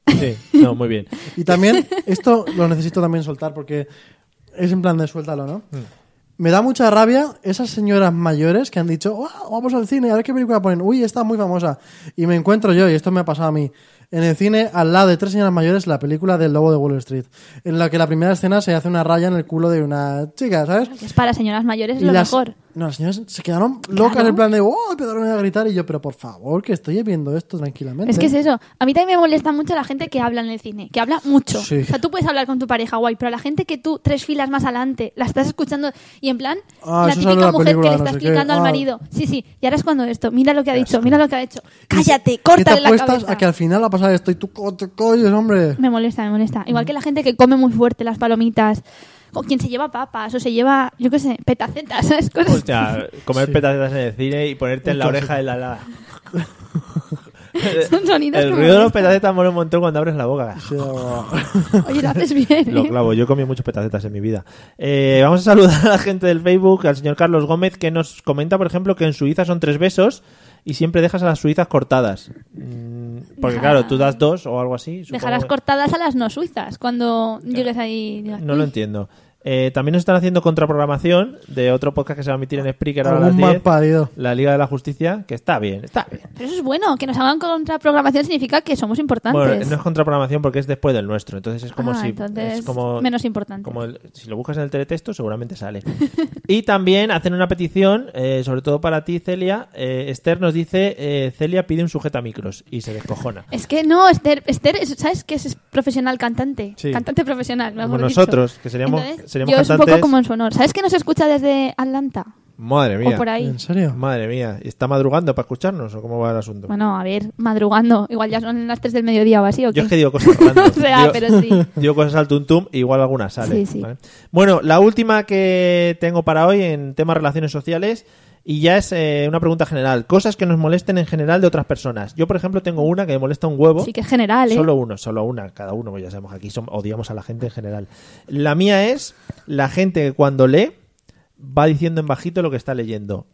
[SPEAKER 1] Sí, no, muy bien.
[SPEAKER 4] Y también, esto lo necesito también soltar porque es en plan de suéltalo, ¿no? Me da mucha rabia esas señoras mayores que han dicho, "Guau, vamos al cine, a ver qué película ponen. Uy, esta es muy famosa. Y me encuentro yo, y esto me ha pasado a mí, en el cine, al lado de tres señoras mayores, la película del Lobo de Wall Street, en la que la primera escena se hace una raya en el culo de una chica, ¿sabes?
[SPEAKER 3] Que es para señoras mayores es
[SPEAKER 4] Y
[SPEAKER 3] lo
[SPEAKER 4] las-
[SPEAKER 3] mejor.
[SPEAKER 4] No, las señoras se quedaron locas
[SPEAKER 3] Claro.
[SPEAKER 4] en el plan de, ¡oh! Empezaron a gritar y yo, pero por favor, que estoy viendo esto tranquilamente.
[SPEAKER 3] Es que es eso. A mí también me molesta mucho la gente que habla en el cine, que habla mucho.
[SPEAKER 4] Sí.
[SPEAKER 3] O sea, tú puedes hablar con tu pareja, guay, pero la gente que tú tres filas más adelante la estás escuchando y en plan
[SPEAKER 4] Ah,
[SPEAKER 3] la
[SPEAKER 4] eso
[SPEAKER 3] típica
[SPEAKER 4] sale en la
[SPEAKER 3] mujer
[SPEAKER 4] película,
[SPEAKER 3] que le
[SPEAKER 4] no
[SPEAKER 3] está
[SPEAKER 4] sé qué.
[SPEAKER 3] explicando al
[SPEAKER 4] Ah.
[SPEAKER 3] marido. Sí, sí. Y ahora es cuando esto. Mira lo que ha dicho, mira lo que ha hecho.
[SPEAKER 4] Y se-
[SPEAKER 3] Cállate,
[SPEAKER 4] ¿Qué
[SPEAKER 3] córtale
[SPEAKER 4] te
[SPEAKER 3] la
[SPEAKER 4] apuestas
[SPEAKER 3] cabeza.
[SPEAKER 4] a que al final va a pasar esto y tú co- te coyes, hombre?
[SPEAKER 3] Me molesta, me molesta. Igual
[SPEAKER 4] Mm.
[SPEAKER 3] que la gente que come muy fuerte las palomitas, o quien se lleva papas, o se lleva, yo qué sé, petacetas, ¿sabes? Cosas.
[SPEAKER 1] O sea, comer
[SPEAKER 4] Sí.
[SPEAKER 1] petatas en el cine y ponerte en la oreja de la helada.
[SPEAKER 3] Son sonidos
[SPEAKER 1] El
[SPEAKER 3] que
[SPEAKER 1] ruido de los
[SPEAKER 3] molestan.
[SPEAKER 1] petacetas mola un montón cuando abres la boca.
[SPEAKER 4] Sí, o-
[SPEAKER 3] Oye, lo haces bien.
[SPEAKER 1] Lo
[SPEAKER 3] ¿eh?
[SPEAKER 1] clavo, yo he comido muchos petacetas en mi vida. Eh, vamos a saludar a la gente del Facebook, al señor Carlos Gómez, que nos comenta, por ejemplo, que en Suiza son tres besos y siempre dejas a las suizas cortadas. Mm, Porque
[SPEAKER 3] Deja-
[SPEAKER 1] claro, tú das dos o algo así. supongo
[SPEAKER 3] Dejarás
[SPEAKER 1] que-
[SPEAKER 3] cortadas a las no suizas cuando llegues ahí. y digas,
[SPEAKER 1] No lo
[SPEAKER 3] "Uy".
[SPEAKER 1] entiendo. Eh, también nos están haciendo contraprogramación de otro podcast que se va a emitir en Spreaker ahora a las
[SPEAKER 4] Algún mal
[SPEAKER 1] 10,
[SPEAKER 4] parido.
[SPEAKER 1] la Liga de la Justicia, que está bien, está bien.
[SPEAKER 3] Pero eso es bueno, que nos hagan contraprogramación significa que somos
[SPEAKER 1] Bueno,
[SPEAKER 3] importantes.
[SPEAKER 1] no es contraprogramación porque es después del nuestro, entonces es como
[SPEAKER 3] Ah,
[SPEAKER 1] si
[SPEAKER 3] entonces
[SPEAKER 1] es como
[SPEAKER 3] menos importante.
[SPEAKER 1] Como el- si lo buscas en el teletexto seguramente sale. y también hacen una petición, eh, sobre todo para ti Celia. Eh, Esther nos dice eh, Celia pide un sujeta micros y se descojona.
[SPEAKER 3] Es que no, Esther, Esther es- ¿sabes que es, es profesional cantante?
[SPEAKER 1] Sí.
[SPEAKER 3] Cantante profesional, mejor
[SPEAKER 1] Como
[SPEAKER 3] dicho.
[SPEAKER 1] nosotros, que seríamos- seríamos
[SPEAKER 3] Entonces, yo es un
[SPEAKER 1] cantantes.
[SPEAKER 3] poco como en su honor. ¿Sabes que nos escucha desde Atlanta?
[SPEAKER 1] Madre mía.
[SPEAKER 3] o por ahí.
[SPEAKER 4] ¿En serio?
[SPEAKER 1] Madre mía. ¿Y ¿Está madrugando para escucharnos o cómo va el asunto?
[SPEAKER 3] Bueno, a ver, madrugando. Igual ya son las 3 del mediodía o así, ¿o qué?
[SPEAKER 1] Yo es que digo cosas random.
[SPEAKER 3] o sea,
[SPEAKER 1] Digo-
[SPEAKER 3] pero sí.
[SPEAKER 1] Digo cosas al tuntum, igual alguna sale.
[SPEAKER 3] Sí, sí.
[SPEAKER 1] ¿vale? Bueno, la última que tengo para hoy en temas relaciones sociales y ya es eh, una pregunta general. Cosas que nos molesten en general de otras personas. Yo, por ejemplo, tengo una que me molesta un huevo.
[SPEAKER 3] Sí que es general, ¿eh?
[SPEAKER 1] Solo uno, solo una, cada uno, pues ya sabemos que aquí som- odiamos a la gente en general. La mía es la gente que cuando lee va diciendo en bajito lo que está leyendo.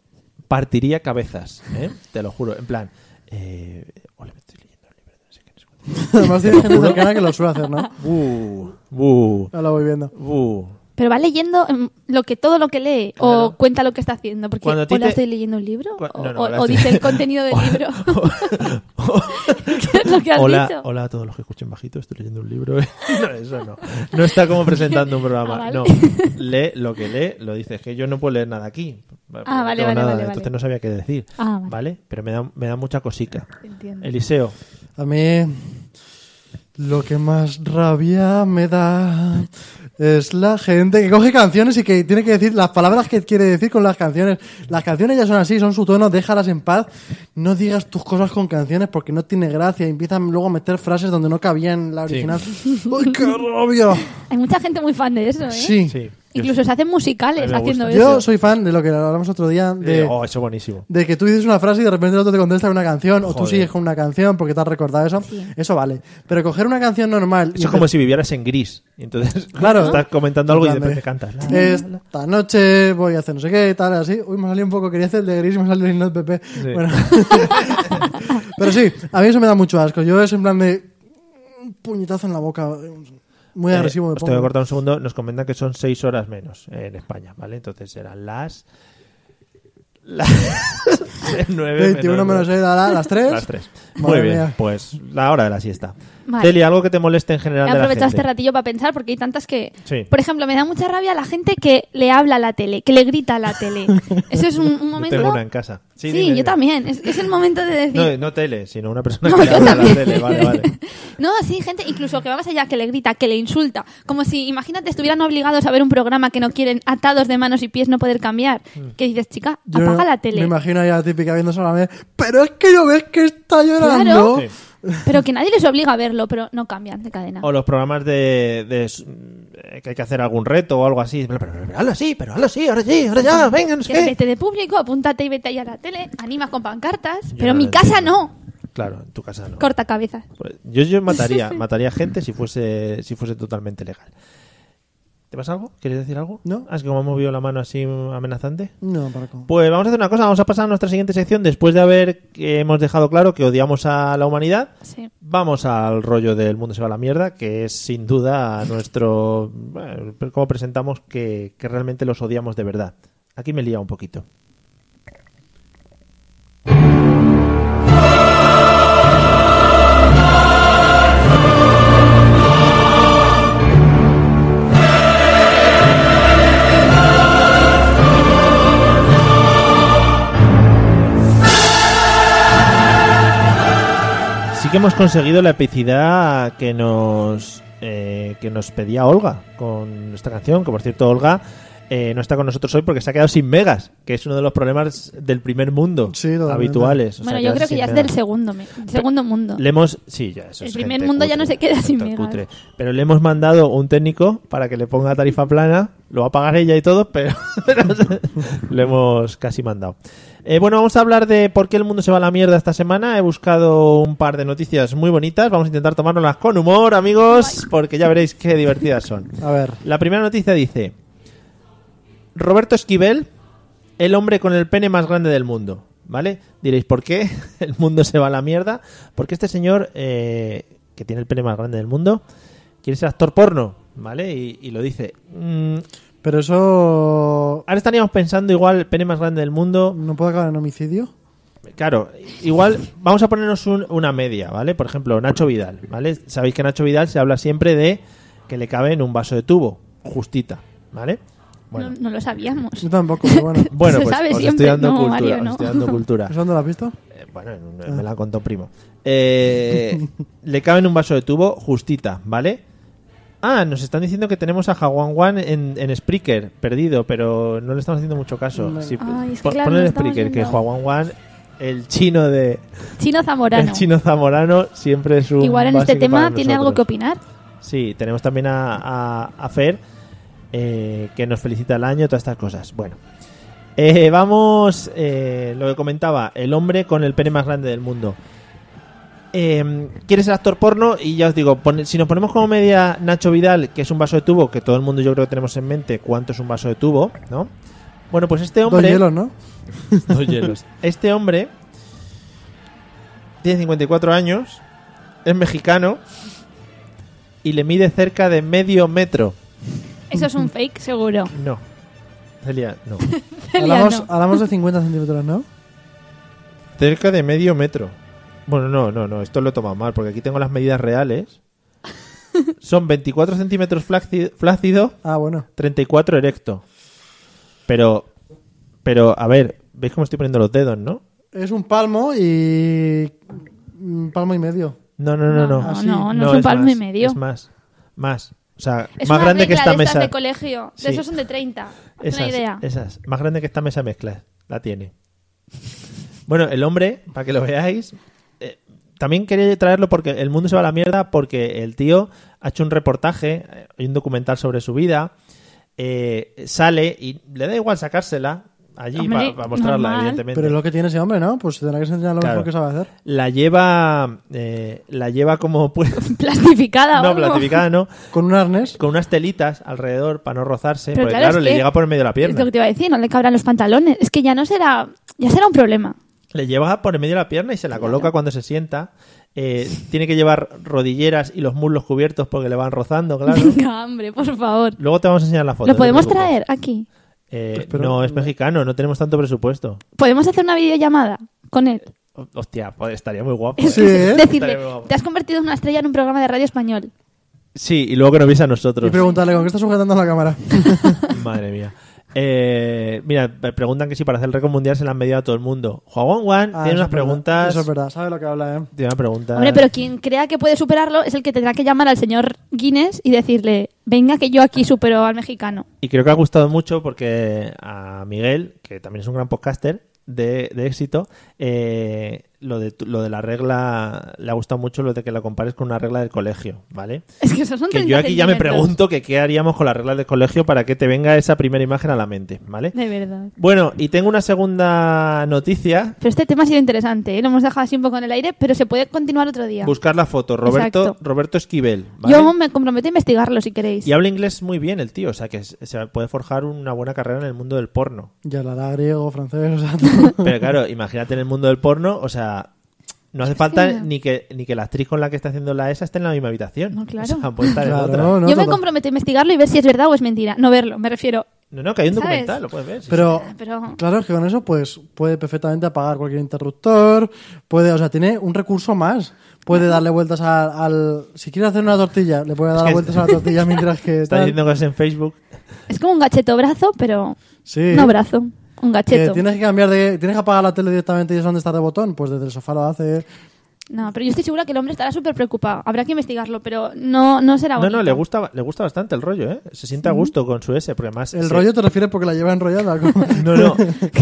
[SPEAKER 1] Partiría cabezas, ¿eh? te lo juro. En plan, eh, hola, me estoy leyendo el libro de no sé qué, no sé cuánto.
[SPEAKER 4] Además tiene gente cercana que lo suele hacer, ¿no?
[SPEAKER 1] Buh, buh,
[SPEAKER 4] Ya lo voy viendo.
[SPEAKER 1] buh.
[SPEAKER 3] Pero va leyendo em, lo que todo lo que lee o cuenta lo que está haciendo. Porque
[SPEAKER 1] Cuando a ti
[SPEAKER 3] hola,
[SPEAKER 1] te-
[SPEAKER 3] estoy leyendo un libro
[SPEAKER 1] Cu-
[SPEAKER 3] o,
[SPEAKER 1] no, no,
[SPEAKER 3] o-
[SPEAKER 1] hola,
[SPEAKER 3] o
[SPEAKER 1] estoy-
[SPEAKER 3] dice el contenido del libro. ¿Qué es lo que has
[SPEAKER 1] hola,
[SPEAKER 3] dicho?
[SPEAKER 1] hola a todos los que escuchen bajito, estoy leyendo un libro. no, eso no. No está como presentando un programa.
[SPEAKER 3] Ah, vale.
[SPEAKER 1] No, lee lo que lee, lo dice. Es que yo no puedo leer nada aquí. porque no
[SPEAKER 3] Ah, vale,
[SPEAKER 1] tengo
[SPEAKER 3] vale,
[SPEAKER 1] nada,
[SPEAKER 3] vale,
[SPEAKER 1] Entonces
[SPEAKER 3] vale.
[SPEAKER 1] no sabía qué decir.
[SPEAKER 3] Ah,
[SPEAKER 1] vale.
[SPEAKER 3] vale.
[SPEAKER 1] Pero me da, me da mucha cosica.
[SPEAKER 3] Entiendo.
[SPEAKER 1] Eliseo,
[SPEAKER 4] A mí lo que más rabia me da es la gente que coge canciones y que tiene que decir las palabras que quiere decir con las canciones. Las canciones ya son así, son su tono, déjalas en paz. No digas tus cosas con canciones porque no tiene gracia. Empiezan luego a meter frases donde no cabían la original. ¡Ay, qué rabia!
[SPEAKER 3] Hay mucha gente muy fan de eso, ¿eh?
[SPEAKER 4] Sí.
[SPEAKER 1] sí.
[SPEAKER 3] Incluso se hacen
[SPEAKER 1] A mí
[SPEAKER 3] musicales
[SPEAKER 1] me
[SPEAKER 3] haciendo
[SPEAKER 1] gusta.
[SPEAKER 3] eso.
[SPEAKER 4] Yo soy fan de lo que hablamos otro día
[SPEAKER 1] Eh,
[SPEAKER 4] de...
[SPEAKER 1] oh, eso buenísimo.
[SPEAKER 4] De que tú dices una frase y de repente el otro te contesta con una canción, o tú
[SPEAKER 1] Joder.
[SPEAKER 4] sigues con una canción porque te has recordado eso, eso vale. Pero coger una canción normal. y
[SPEAKER 1] Eso es como si vivieras en gris. Y Entonces,
[SPEAKER 4] Claro.
[SPEAKER 1] estás comentando algo y
[SPEAKER 4] Dame.
[SPEAKER 1] después te cantas. "Ah, La-
[SPEAKER 4] Esta noche voy a hacer no sé qué, tal, así. Uy, me salió un poco, quería hacer el de gris y me salió el himno del PP. Bueno. Pero sí, a mí eso me da mucho asco. Yo es en plan de. Un puñetazo en la boca. Muy
[SPEAKER 1] Eh,
[SPEAKER 4] agresivo me
[SPEAKER 1] os tengo que
[SPEAKER 4] pongo.
[SPEAKER 1] cortar un segundo. Nos comentan que son seis horas menos eh, en España, ¿vale? Entonces serán las... Las... 9
[SPEAKER 4] 21 menos 6 dará las 3.
[SPEAKER 1] Las tres. Muy bien, pues la hora de la siesta.
[SPEAKER 3] Vale.
[SPEAKER 1] Celia, algo que te moleste en general
[SPEAKER 3] He
[SPEAKER 1] de la
[SPEAKER 3] aprovechado este
[SPEAKER 1] gente.
[SPEAKER 3] ratillo para pensar porque hay tantas que...
[SPEAKER 1] Sí.
[SPEAKER 3] Por ejemplo, me da mucha rabia la gente que le habla a la tele, que le grita a la tele. Eso es un, un
[SPEAKER 1] Yo
[SPEAKER 3] momento...
[SPEAKER 1] tengo una en casa. Sí,
[SPEAKER 3] Sí,
[SPEAKER 1] dime, dime.
[SPEAKER 3] yo también. Es, es el momento de decir...
[SPEAKER 1] No, no tele, sino una persona
[SPEAKER 3] No,
[SPEAKER 1] que
[SPEAKER 3] yo
[SPEAKER 1] habla a la
[SPEAKER 3] también.
[SPEAKER 1] tele. Vale, vale.
[SPEAKER 3] No, sí, gente incluso que va más allá, que le grita, que le insulta. Como si, imagínate, estuvieran obligados a ver un programa que no quieren, atados de manos y pies, no poder cambiar.
[SPEAKER 1] Mm.
[SPEAKER 3] Que dices, chica,
[SPEAKER 4] Yo
[SPEAKER 3] apaga la
[SPEAKER 4] Me
[SPEAKER 3] tele.
[SPEAKER 4] imagino ya la típica viendo solamente. Pero es que yo ves que está llorando.
[SPEAKER 1] Sí.
[SPEAKER 3] Pero que nadie les obliga a verlo, pero no cambian de cadena.
[SPEAKER 1] O los programas de, de s- eh, que hay que hacer algún reto o algo así. Pero, pero, pero, pero, hazlo así, pero hazlo así, ahora sí, ahora ya, venga, no sé
[SPEAKER 3] Que
[SPEAKER 1] qué.
[SPEAKER 3] Vete de público, apúntate y vete ahí a la tele, animas con pancartas.
[SPEAKER 1] Yo
[SPEAKER 3] pero en
[SPEAKER 1] no
[SPEAKER 3] mi
[SPEAKER 1] lo
[SPEAKER 3] casa
[SPEAKER 1] entiendo.
[SPEAKER 3] no.
[SPEAKER 1] Claro, en tu casa no.
[SPEAKER 3] Corta cabezas.
[SPEAKER 1] Pues Yo, yo mataría, mataría gente si fuese, si fuese totalmente legal. ¿Te pasa algo? ¿Quieres decir algo?
[SPEAKER 4] No.
[SPEAKER 1] ¿Así como has movido la mano así amenazante?
[SPEAKER 4] No, Paco.
[SPEAKER 1] Pues vamos a hacer una cosa, vamos a pasar a nuestra siguiente sección después de haber que hemos dejado claro que odiamos a la humanidad.
[SPEAKER 3] Sí.
[SPEAKER 1] Vamos al rollo del mundo se va a la mierda, que es sin duda nuestro... bueno, cómo presentamos que, que realmente los odiamos de verdad. Aquí me lía un poquito. Sí que hemos conseguido la epicidad que nos eh, que nos pedía Olga con esta canción, que por cierto Olga eh, no está con nosotros hoy porque se ha quedado sin megas, que es uno de los problemas del primer mundo
[SPEAKER 4] Sí, totalmente.
[SPEAKER 1] habituales. O sea,
[SPEAKER 3] Bueno, yo creo
[SPEAKER 1] quedarse
[SPEAKER 3] que
[SPEAKER 1] sin
[SPEAKER 3] ya es
[SPEAKER 1] megas.
[SPEAKER 3] del segundo, me- segundo mundo.
[SPEAKER 1] Le hemos, sí, ya eso
[SPEAKER 3] El
[SPEAKER 1] es
[SPEAKER 3] primer
[SPEAKER 1] gente
[SPEAKER 3] mundo ya
[SPEAKER 1] cutre,
[SPEAKER 3] no se queda sin
[SPEAKER 1] gente
[SPEAKER 3] megas.
[SPEAKER 1] cutre. Pero le hemos mandado un técnico para que le ponga tarifa plana, lo va a pagar ella y todo, pero lo hemos casi mandado. Eh, bueno, vamos a hablar de por qué el mundo se va a la mierda esta semana. He buscado un par de noticias muy bonitas. Vamos a intentar tomárnoslas con humor, amigos, porque ya veréis qué divertidas son.
[SPEAKER 4] A ver.
[SPEAKER 1] La primera noticia dice: Roberto Esquivel, el hombre con el pene más grande del mundo. ¿Vale? Diréis, ¿por qué el mundo se va a la mierda? Porque este señor, eh, que tiene el pene más grande del mundo, quiere ser actor porno, ¿vale? Y, y lo dice. Mm,
[SPEAKER 4] Pero eso.
[SPEAKER 1] ahora estaríamos pensando igual, el pene más grande del mundo.
[SPEAKER 4] ¿No puede acabar en homicidio?
[SPEAKER 1] Claro, igual vamos a ponernos un- una media, ¿vale? Por ejemplo, Nacho Vidal, ¿vale? Sabéis que Nacho Vidal se habla siempre de que le cabe en un vaso de tubo, justita, ¿vale? Bueno,
[SPEAKER 3] No, no lo sabíamos.
[SPEAKER 4] Yo tampoco, pero bueno.
[SPEAKER 1] Bueno,
[SPEAKER 3] Se
[SPEAKER 1] pues
[SPEAKER 3] sabe
[SPEAKER 1] os estoy
[SPEAKER 3] siempre.
[SPEAKER 1] dando
[SPEAKER 3] No,
[SPEAKER 1] cultura.
[SPEAKER 3] Mario,
[SPEAKER 1] os
[SPEAKER 3] no.
[SPEAKER 1] estoy dando cultura.
[SPEAKER 4] ¿Eso dónde lo has visto?
[SPEAKER 1] Eh, bueno, en un- me la contó un primo. Eh, le cabe en un vaso de tubo justita, ¿vale? Ah, nos están diciendo que tenemos a Jaguan Wan en, en Spreaker, perdido, pero no le estamos haciendo mucho caso.
[SPEAKER 4] Bueno.
[SPEAKER 1] Sí,
[SPEAKER 3] Ay, es que
[SPEAKER 1] pon-
[SPEAKER 3] claro,
[SPEAKER 1] ponle
[SPEAKER 3] no
[SPEAKER 1] en
[SPEAKER 3] estamos
[SPEAKER 1] Spreaker, que
[SPEAKER 3] viendo.
[SPEAKER 1] Jaguan Wan, el chino de
[SPEAKER 3] Chino Zamorano.
[SPEAKER 1] el chino zamorano, siempre es un.
[SPEAKER 3] Igual en este
[SPEAKER 1] básico para
[SPEAKER 3] tema tiene algo que
[SPEAKER 1] nosotros.
[SPEAKER 3] opinar.
[SPEAKER 1] Sí, tenemos también a, a- a Fer, eh, que nos felicita el año, todas estas cosas. Bueno, Eh, vamos, eh, lo que comentaba, el hombre con el pene más grande del mundo. Eh, ¿Quieres ser actor porno? Y ya os digo, pone- si nos ponemos como media Nacho Vidal, que es un vaso de tubo, que todo el mundo yo creo que tenemos en mente cuánto es un vaso de tubo, ¿no? Bueno, pues este
[SPEAKER 4] Dos
[SPEAKER 1] hombre...
[SPEAKER 4] hielos, ¿no?
[SPEAKER 1] Dos hielos. Este hombre tiene 54 años, es mexicano y le mide cerca de medio metro.
[SPEAKER 3] Eso es un fake, seguro.
[SPEAKER 1] No. Celia, no.
[SPEAKER 3] Celia,
[SPEAKER 4] Hablamos,
[SPEAKER 3] no.
[SPEAKER 4] hablamos de 50 centímetros, ¿no?
[SPEAKER 1] Cerca de medio metro. Bueno, no, no, no, esto lo he tomado mal porque aquí tengo las medidas reales. Son 24 centímetros flácci- flácido,
[SPEAKER 4] Ah, bueno.
[SPEAKER 1] 34 erecto. Pero, pero, a ver, ¿veis cómo estoy poniendo los dedos, no?
[SPEAKER 4] Es un palmo y. Un palmo y medio.
[SPEAKER 1] No, no, no, no.
[SPEAKER 3] No,
[SPEAKER 4] Así.
[SPEAKER 3] no, no es un palmo
[SPEAKER 1] más,
[SPEAKER 3] y medio.
[SPEAKER 1] Es más. Más. O sea,
[SPEAKER 3] Es
[SPEAKER 1] más
[SPEAKER 3] una
[SPEAKER 1] grande que
[SPEAKER 3] regla
[SPEAKER 1] esta
[SPEAKER 3] de estas
[SPEAKER 1] mesa.
[SPEAKER 3] de colegio.
[SPEAKER 1] Sí.
[SPEAKER 3] De esos son de 30. Hazte
[SPEAKER 1] esas,
[SPEAKER 3] una idea.
[SPEAKER 1] esas. Más grande que esta mesa mezcla. La tiene. Bueno, el hombre, para que lo veáis. eh, también quería traerlo porque el mundo se va a la mierda porque el tío ha hecho un reportaje, eh, hay un documental sobre su vida. eh, sale y le da igual sacársela allí
[SPEAKER 3] Hombre,
[SPEAKER 1] para mostrarla,
[SPEAKER 3] normal.
[SPEAKER 1] evidentemente.
[SPEAKER 4] Pero es lo que tiene ese hombre, ¿no? Pues tendrá que enseñar lo
[SPEAKER 1] Claro.
[SPEAKER 4] mejor que sabe hacer.
[SPEAKER 1] La lleva. eh, la lleva como. puede-
[SPEAKER 3] Plastificada.
[SPEAKER 1] no,
[SPEAKER 3] o algo.
[SPEAKER 1] plastificada, no.
[SPEAKER 4] Con un arnés.
[SPEAKER 1] con unas telitas alrededor para no rozarse,
[SPEAKER 3] Pero
[SPEAKER 1] porque
[SPEAKER 3] claro,
[SPEAKER 1] claro,
[SPEAKER 3] es
[SPEAKER 1] le
[SPEAKER 3] que-
[SPEAKER 1] llega por el medio de la
[SPEAKER 3] Es lo
[SPEAKER 1] pierna.
[SPEAKER 3] que te iba a decir, no le cabrán los pantalones. Es que ya no será. Ya será un problema.
[SPEAKER 1] Le lleva por el medio de la pierna y se la coloca cuando se sienta. Eh, tiene que llevar rodilleras y los muslos cubiertos porque le van rozando, claro. Pues
[SPEAKER 3] Venga, hombre, por favor.
[SPEAKER 1] Luego te vamos a enseñar la foto. no
[SPEAKER 3] ¿Lo
[SPEAKER 1] te
[SPEAKER 3] podemos
[SPEAKER 1] preocupes.
[SPEAKER 3] traer aquí?
[SPEAKER 1] Eh,
[SPEAKER 4] Espero-
[SPEAKER 1] no, es mexicano, no tenemos tanto presupuesto.
[SPEAKER 3] ¿Podemos hacer una videollamada con él?
[SPEAKER 1] Ho- Hostia, joder, estaría muy guapo.
[SPEAKER 4] Sí,
[SPEAKER 1] ¿eh?
[SPEAKER 4] ¿eh?
[SPEAKER 3] Decirle,
[SPEAKER 1] Estaría muy guapo.
[SPEAKER 3] te has convertido en una estrella en un programa de radio español.
[SPEAKER 1] Sí, y luego que nos viese a
[SPEAKER 4] Y
[SPEAKER 1] nosotros.
[SPEAKER 4] preguntarle, ¿con qué estás sujetando la cámara? Ah,
[SPEAKER 1] Madre mía. Eh, mira, me preguntan que si para hacer el récord mundial se la han medido a todo el mundo. Juan Juan
[SPEAKER 4] Ah,
[SPEAKER 1] tiene unas
[SPEAKER 4] eso es verdad.
[SPEAKER 1] preguntas.
[SPEAKER 4] Eso es verdad, sabe lo que habla, ¿eh?
[SPEAKER 1] Tiene una pregunta.
[SPEAKER 3] Hombre, pero quien crea que puede superarlo es el que tendrá que llamar al señor Guinness y decirle, venga que yo aquí supero al mexicano.
[SPEAKER 1] Y creo que ha gustado mucho porque a Miguel, que también es un gran podcaster de, de éxito, eh, lo, de, tu- lo de la regla le ha gustado mucho lo de que la compares con una regla del colegio, ¿vale?
[SPEAKER 3] Es que esos son
[SPEAKER 1] Que
[SPEAKER 3] 30
[SPEAKER 1] yo aquí ya me
[SPEAKER 3] centímetros.
[SPEAKER 1] pregunto que qué haríamos con la regla del colegio para que te venga esa primera imagen a la mente, ¿vale?
[SPEAKER 3] De verdad.
[SPEAKER 1] Bueno, y tengo una segunda noticia.
[SPEAKER 3] Pero este tema ha sido interesante, ¿eh? lo hemos dejado así un poco en el aire, pero se puede continuar otro día.
[SPEAKER 1] Buscar la foto, Roberto,
[SPEAKER 3] Exacto.
[SPEAKER 1] Roberto Esquivel. ¿vale?
[SPEAKER 3] Yo me comprometo a investigarlo si queréis.
[SPEAKER 1] Y habla inglés muy bien el tío, o sea que se- se puede forjar una buena carrera en el mundo del porno.
[SPEAKER 4] Ya hablará griego, francés, o sea, todo.
[SPEAKER 1] Pero claro, imagínate en el mundo del porno, o sea, no hace falta
[SPEAKER 3] Sí.
[SPEAKER 1] ni que, ni que la actriz con la que está haciendo la ESA esté en la misma habitación.
[SPEAKER 3] No, claro.
[SPEAKER 1] O sea, puede estar en
[SPEAKER 4] Claro,
[SPEAKER 1] otra.
[SPEAKER 4] no, no,
[SPEAKER 3] yo me
[SPEAKER 4] total.
[SPEAKER 3] comprometo a investigarlo y ver si es verdad o es mentira. No verlo, me refiero.
[SPEAKER 1] No, no, que hay un
[SPEAKER 3] ¿Sabes?
[SPEAKER 1] documental, lo puedes ver. sí,
[SPEAKER 4] Pero,
[SPEAKER 3] pero-
[SPEAKER 4] claro, es que con eso pues puede perfectamente apagar cualquier interruptor, puede, o sea, tiene un recurso más. Puede darle vueltas a- al... Si quiere hacer una tortilla, le puede dar
[SPEAKER 1] que
[SPEAKER 4] vueltas
[SPEAKER 1] es-
[SPEAKER 4] a la tortilla mientras que...
[SPEAKER 1] sí. Está
[SPEAKER 4] tal.
[SPEAKER 1] diciendo cosas en Facebook.
[SPEAKER 3] Es como un gacheto brazo, pero
[SPEAKER 4] Sí.
[SPEAKER 3] no brazo, un
[SPEAKER 4] Que
[SPEAKER 3] gacheto.
[SPEAKER 1] Eh,
[SPEAKER 4] tienes que cambiar de... Tienes que apagar la tele directamente y es donde está de botón. Pues desde el sofá lo hace...
[SPEAKER 3] No, pero yo estoy segura que el hombre estará súper preocupado. Habrá que investigarlo, pero no, no será
[SPEAKER 1] No,
[SPEAKER 3] bonito.
[SPEAKER 1] no, le gusta, le gusta bastante el rollo, ¿eh? Se siente a gusto con su S, porque además...
[SPEAKER 4] El
[SPEAKER 1] se-
[SPEAKER 4] rollo te refieres porque la lleva enrollada. como-
[SPEAKER 1] No, no,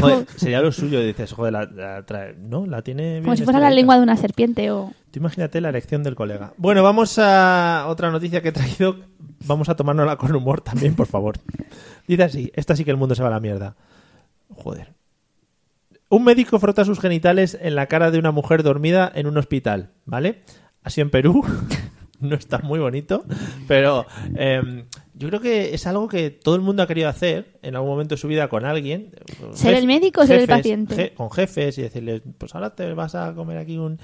[SPEAKER 1] joder, sería lo suyo, dices, joder, la, la trae- no, la tiene bien
[SPEAKER 3] Como si fuera la
[SPEAKER 1] estiradita.
[SPEAKER 3] lengua de una serpiente o...
[SPEAKER 1] Tú imagínate la elección del colega. Bueno, vamos a otra noticia que he traído. Vamos a tomárnosla con humor también, por favor. Dice así, esta sí que el mundo se va a la mierda. Joder. Un médico frota sus genitales en la cara de una mujer dormida en un hospital, ¿vale? Así en Perú. No está muy bonito, pero em, yo creo que es algo que todo el mundo ha querido hacer en algún momento de su vida con alguien.
[SPEAKER 3] ¿Ser el médico o ser el paciente?
[SPEAKER 1] je- con jefes y decirles, pues ahora te vas a comer aquí un...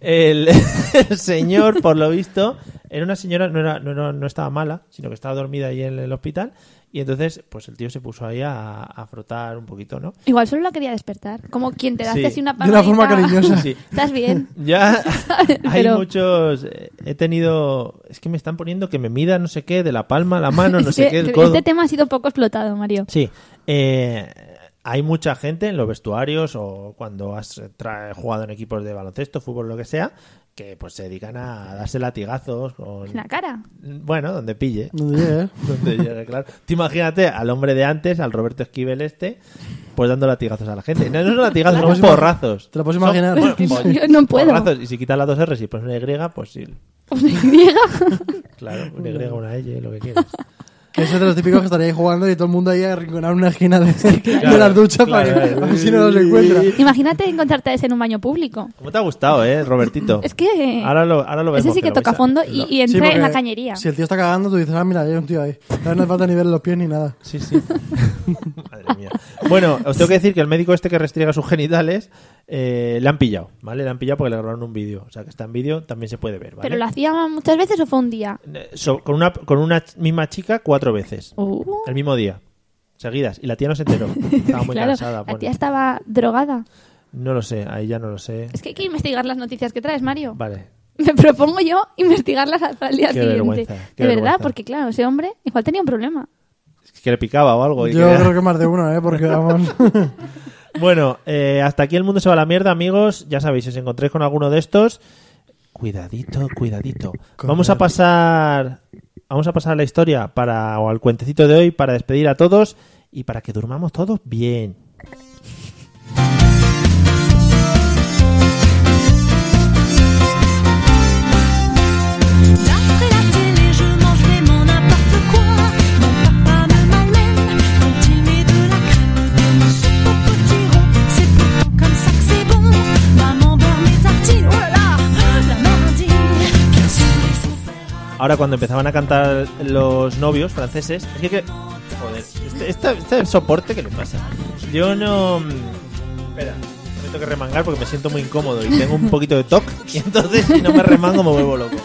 [SPEAKER 1] El, el señor, por lo visto, era una señora, no, era, no, no- no estaba mala, sino que estaba dormida ahí en el hospital. Y entonces, pues el tío se puso ahí a, a frotar un poquito, ¿no?
[SPEAKER 3] Igual solo la quería despertar. Como quien te da
[SPEAKER 1] Sí.
[SPEAKER 3] así una
[SPEAKER 4] De una forma
[SPEAKER 3] palmadita.
[SPEAKER 4] cariñosa.
[SPEAKER 1] Sí.
[SPEAKER 3] ¿Estás bien?
[SPEAKER 1] Ya hay
[SPEAKER 3] Pero-
[SPEAKER 1] muchos... eh, He tenido... Es que me están poniendo que me mida no sé qué, de la palma, la mano, no
[SPEAKER 3] Es
[SPEAKER 1] sé
[SPEAKER 3] que
[SPEAKER 1] qué, el codo.
[SPEAKER 3] este tema ha sido poco explotado, Mario.
[SPEAKER 1] Sí. eh, hay mucha gente en los vestuarios o cuando has eh, tra- jugado en equipos de baloncesto, fútbol, lo que sea, que pues se dedican a darse latigazos con...
[SPEAKER 3] En la cara.
[SPEAKER 1] Bueno, donde pille.
[SPEAKER 4] Donde llegue, ¿eh?
[SPEAKER 1] Donde llegue, claro. Te imagínate al hombre de antes, al Roberto Esquivel este, pues dando latigazos a la gente. No, no son latigazos, son porrazos.
[SPEAKER 4] Te lo puedes imaginar.
[SPEAKER 1] Son-
[SPEAKER 4] Es
[SPEAKER 3] que yo no puedo.
[SPEAKER 1] Porrazos. Y si quitas las dos R's y pones una Y, pues sí.
[SPEAKER 3] Una griega.
[SPEAKER 1] Claro, una Y, una L, lo que quieras.
[SPEAKER 4] Que es de los típicos que estaría ahí jugando y todo el mundo ahí arrinconado en una esquina de, de las duchas para que
[SPEAKER 1] claro.
[SPEAKER 4] a ver si no los encuentra.
[SPEAKER 3] Imagínate encontrarte a ese en un baño público.
[SPEAKER 1] ¿Cómo te ha gustado, eh, Robertito?
[SPEAKER 3] Es que
[SPEAKER 1] Ahora lo, ahora lo vemos.
[SPEAKER 3] ese sí que
[SPEAKER 1] lo vais
[SPEAKER 3] toca
[SPEAKER 1] a-
[SPEAKER 3] fondo y, y
[SPEAKER 4] Sí,
[SPEAKER 3] entra
[SPEAKER 4] porque
[SPEAKER 3] en la cañería.
[SPEAKER 4] Si el tío está cagando, tú dices, ah, mira, hay un tío ahí. No hace falta ni ver los pies ni nada.
[SPEAKER 1] Sí, sí. Madre mía. Bueno, os tengo que decir que el médico este que restriega sus genitales eh, le han pillado, ¿vale? Le han pillado porque le grabaron un vídeo. O sea, que está en vídeo, también se puede ver, ¿vale?
[SPEAKER 3] ¿Pero lo hacía muchas veces o fue un día?
[SPEAKER 1] Eh, so- con, una, con una ch- misma chica cuatro veces.
[SPEAKER 3] Uh,
[SPEAKER 1] El mismo día. Seguidas. Y la tía no se enteró. Estaba muy
[SPEAKER 3] claro,
[SPEAKER 1] cansada.
[SPEAKER 3] la
[SPEAKER 1] bueno.
[SPEAKER 3] tía estaba drogada.
[SPEAKER 1] No lo sé, ahí ya no lo sé.
[SPEAKER 3] Es que hay que investigar las noticias que traes, Mario.
[SPEAKER 1] Vale.
[SPEAKER 3] Me propongo yo investigarlas para el día
[SPEAKER 1] Qué
[SPEAKER 3] siguiente.
[SPEAKER 1] vergüenza, qué
[SPEAKER 3] de verdad,
[SPEAKER 1] vergüenza.
[SPEAKER 3] porque claro, ese hombre igual tenía un problema.
[SPEAKER 1] Es que le picaba o algo. y
[SPEAKER 4] Yo
[SPEAKER 1] que-
[SPEAKER 4] creo que más de uno, ¿eh? Porque vamos.
[SPEAKER 1] Bueno, eh, hasta aquí el mundo se va a la mierda, amigos. Ya sabéis, si os encontréis con alguno de estos, cuidadito, cuidadito. Vamos a pasar, vamos a pasar a la historia para o al cuentecito de hoy para despedir a todos y para que durmamos todos bien.
[SPEAKER 7] D'après la télé, je mangerai mon n'importe quoi. Mon papa me malmène quand il met de la crème de mon soupe au petit rond. C'est pourtant comme ça que c'est bon. Maman beurre mes tartines, oh là là, la mardine. Bien sûr, il faut faire
[SPEAKER 1] Ahora cuando empezaban a cantar los novios franceses, es que, que- joder, este, este- este soporte que le pasa. Yo no, mm, espera, me tengo que remangar porque me siento muy incómodo y tengo un poquito de toc y entonces si no me remango me vuelvo loco.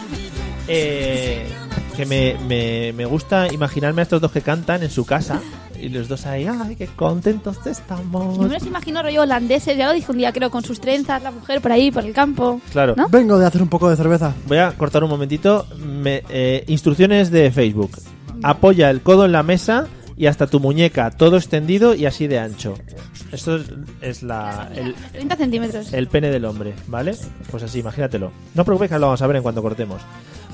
[SPEAKER 1] Eh, que me, me- me gusta imaginarme a estos dos que cantan en su casa y los dos ahí, ay, qué contentos estamos.
[SPEAKER 3] Yo me los imagino rollo holandeses, ya lo dije un día, creo, con sus trenzas, la mujer por ahí, por el campo.
[SPEAKER 1] Claro.
[SPEAKER 3] ¿No?
[SPEAKER 4] Vengo de hacer un poco de cerveza.
[SPEAKER 1] Voy a cortar un momentito. Me- eh, instrucciones de Facebook. Apoya el codo en la mesa y hasta tu muñeca, todo extendido y así de ancho. Esto es, es la, el,
[SPEAKER 3] 30 centímetros.
[SPEAKER 1] el pene del hombre, ¿vale? Pues así, imagínatelo. No os preocupéis que lo vamos a ver en cuanto cortemos.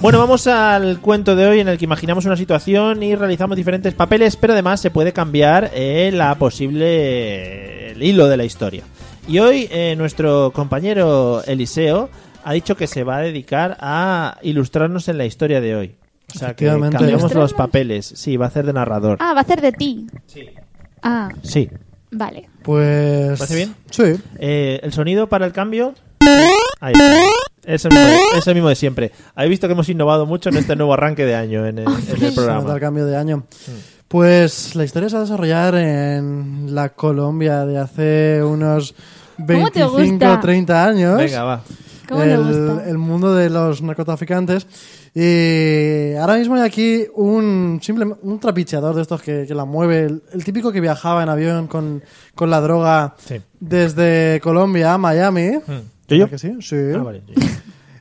[SPEAKER 1] Bueno, vamos al cuento de hoy en el que imaginamos una situación y realizamos diferentes papeles, pero además se puede cambiar eh, la posible el hilo de la historia. Y hoy eh, nuestro compañero Eliseo ha dicho que se va a dedicar a ilustrarnos en la historia de hoy. O sea, que
[SPEAKER 4] Efectivamente.
[SPEAKER 1] cambiamos los
[SPEAKER 3] ¿Ilustrarnos?
[SPEAKER 1] papeles. Sí, va a hacer de narrador.
[SPEAKER 3] Ah, va a ser de ti.
[SPEAKER 1] Sí.
[SPEAKER 3] Ah,
[SPEAKER 1] Sí.
[SPEAKER 3] vale.
[SPEAKER 4] Pues.
[SPEAKER 1] ¿Parece bien?
[SPEAKER 4] Sí.
[SPEAKER 1] Eh, el sonido para el cambio. Ahí está. Es el, mismo de, es el mismo de siempre. Habéis visto que hemos innovado mucho en este nuevo arranque de año en el,
[SPEAKER 3] Oh,
[SPEAKER 1] en el
[SPEAKER 4] Se nota
[SPEAKER 1] programa. Mm.
[SPEAKER 4] el cambio de año. Pues la historia se va a desarrollar en la Colombia de hace unos
[SPEAKER 3] ¿Cómo te
[SPEAKER 4] 25
[SPEAKER 3] gusta?
[SPEAKER 4] 30 años.
[SPEAKER 1] Venga, va.
[SPEAKER 3] ¿Cómo le
[SPEAKER 4] el,
[SPEAKER 3] gusta?
[SPEAKER 4] el mundo de los narcotraficantes. Y ahora mismo hay aquí un simple un trapicheador de estos que, que la mueve, el, el típico que viajaba en avión con, con la droga
[SPEAKER 1] Sí.
[SPEAKER 4] desde Colombia a Miami.
[SPEAKER 1] ¿Yo, yo?
[SPEAKER 4] ¿A que sí? Sí.
[SPEAKER 1] Ah, vale, yo- yo.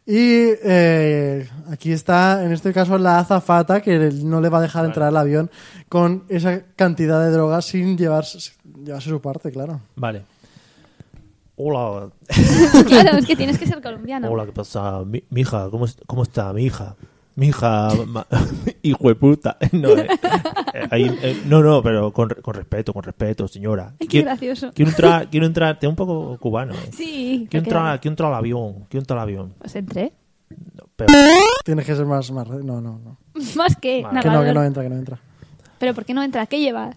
[SPEAKER 4] Y eh, aquí está, en este caso, la azafata que no le va a dejar entrar al avión con esa cantidad de droga sin llevarse, sin llevarse su parte, claro.
[SPEAKER 1] Vale. Hola,
[SPEAKER 3] claro, es que tienes que ser colombiano.
[SPEAKER 1] hola, ¿qué pasa? Mi, mi hija, ¿cómo, es- ¿cómo está mi hija? Mi hija, ma- hijo de puta. No, eh, eh, ahí, eh, no, no, pero con, re- con respeto, con respeto, señora.
[SPEAKER 3] Ay, qué
[SPEAKER 1] Quiero-
[SPEAKER 3] gracioso.
[SPEAKER 1] Quiero entrar, quiero entrar, te un poco cubano. eh.
[SPEAKER 3] Sí.
[SPEAKER 1] Quiero
[SPEAKER 3] me
[SPEAKER 1] entrar,
[SPEAKER 3] queda-
[SPEAKER 1] quiero entrar al avión, quiero entrar al avión.
[SPEAKER 3] Pues entré.
[SPEAKER 1] Pero-
[SPEAKER 4] Tienes que ser más... más no, no, no.
[SPEAKER 3] Más que
[SPEAKER 1] Vale.
[SPEAKER 4] Que no,
[SPEAKER 3] narrador.
[SPEAKER 4] que no entra, que no entra.
[SPEAKER 3] Pero ¿por qué no entra? ¿Qué llevas?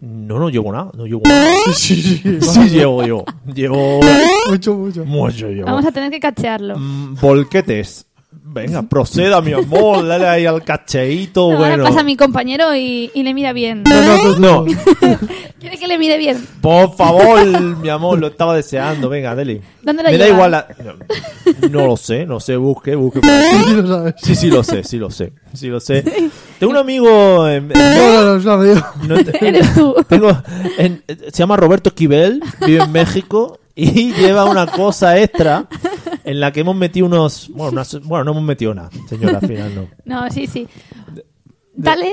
[SPEAKER 1] No, no llevo nada, no llevo nada.
[SPEAKER 4] Sí, sí, sí.
[SPEAKER 1] Sí llevo yo, llevo
[SPEAKER 4] Mucho, mucho.
[SPEAKER 1] mucho yo.
[SPEAKER 3] Vamos a tener que cachearlo.
[SPEAKER 1] Mm, Volquetes. Venga, proceda, mi amor, dale ahí al cacheíto,
[SPEAKER 3] Ahora
[SPEAKER 1] bueno.
[SPEAKER 3] pasa a mi compañero y, y le mira bien.
[SPEAKER 1] No,
[SPEAKER 3] ¿Quiere que le mire bien?
[SPEAKER 1] por favor, mi amor, lo estaba deseando. Venga, Deli.
[SPEAKER 3] ¿Dónde lo
[SPEAKER 1] Me da
[SPEAKER 3] llevas?
[SPEAKER 1] igual la... no, no lo sé, no sé, busque, busque. por ahí.
[SPEAKER 4] Sí, lo sabes.
[SPEAKER 1] ¿Eh? Sí, sí, lo sé, sí, lo sé. Sí, lo sé. Tengo un amigo... en- en-
[SPEAKER 4] No, no, no, es lo medio.
[SPEAKER 1] no te-
[SPEAKER 3] Eres tú.
[SPEAKER 1] Tengo- en- se llama Roberto Esquivel, vive en México y lleva una cosa extra en la que hemos metido unos. Bueno, unas- bueno, no hemos metido nada, señora, al final no.
[SPEAKER 3] No, sí, sí. Dale.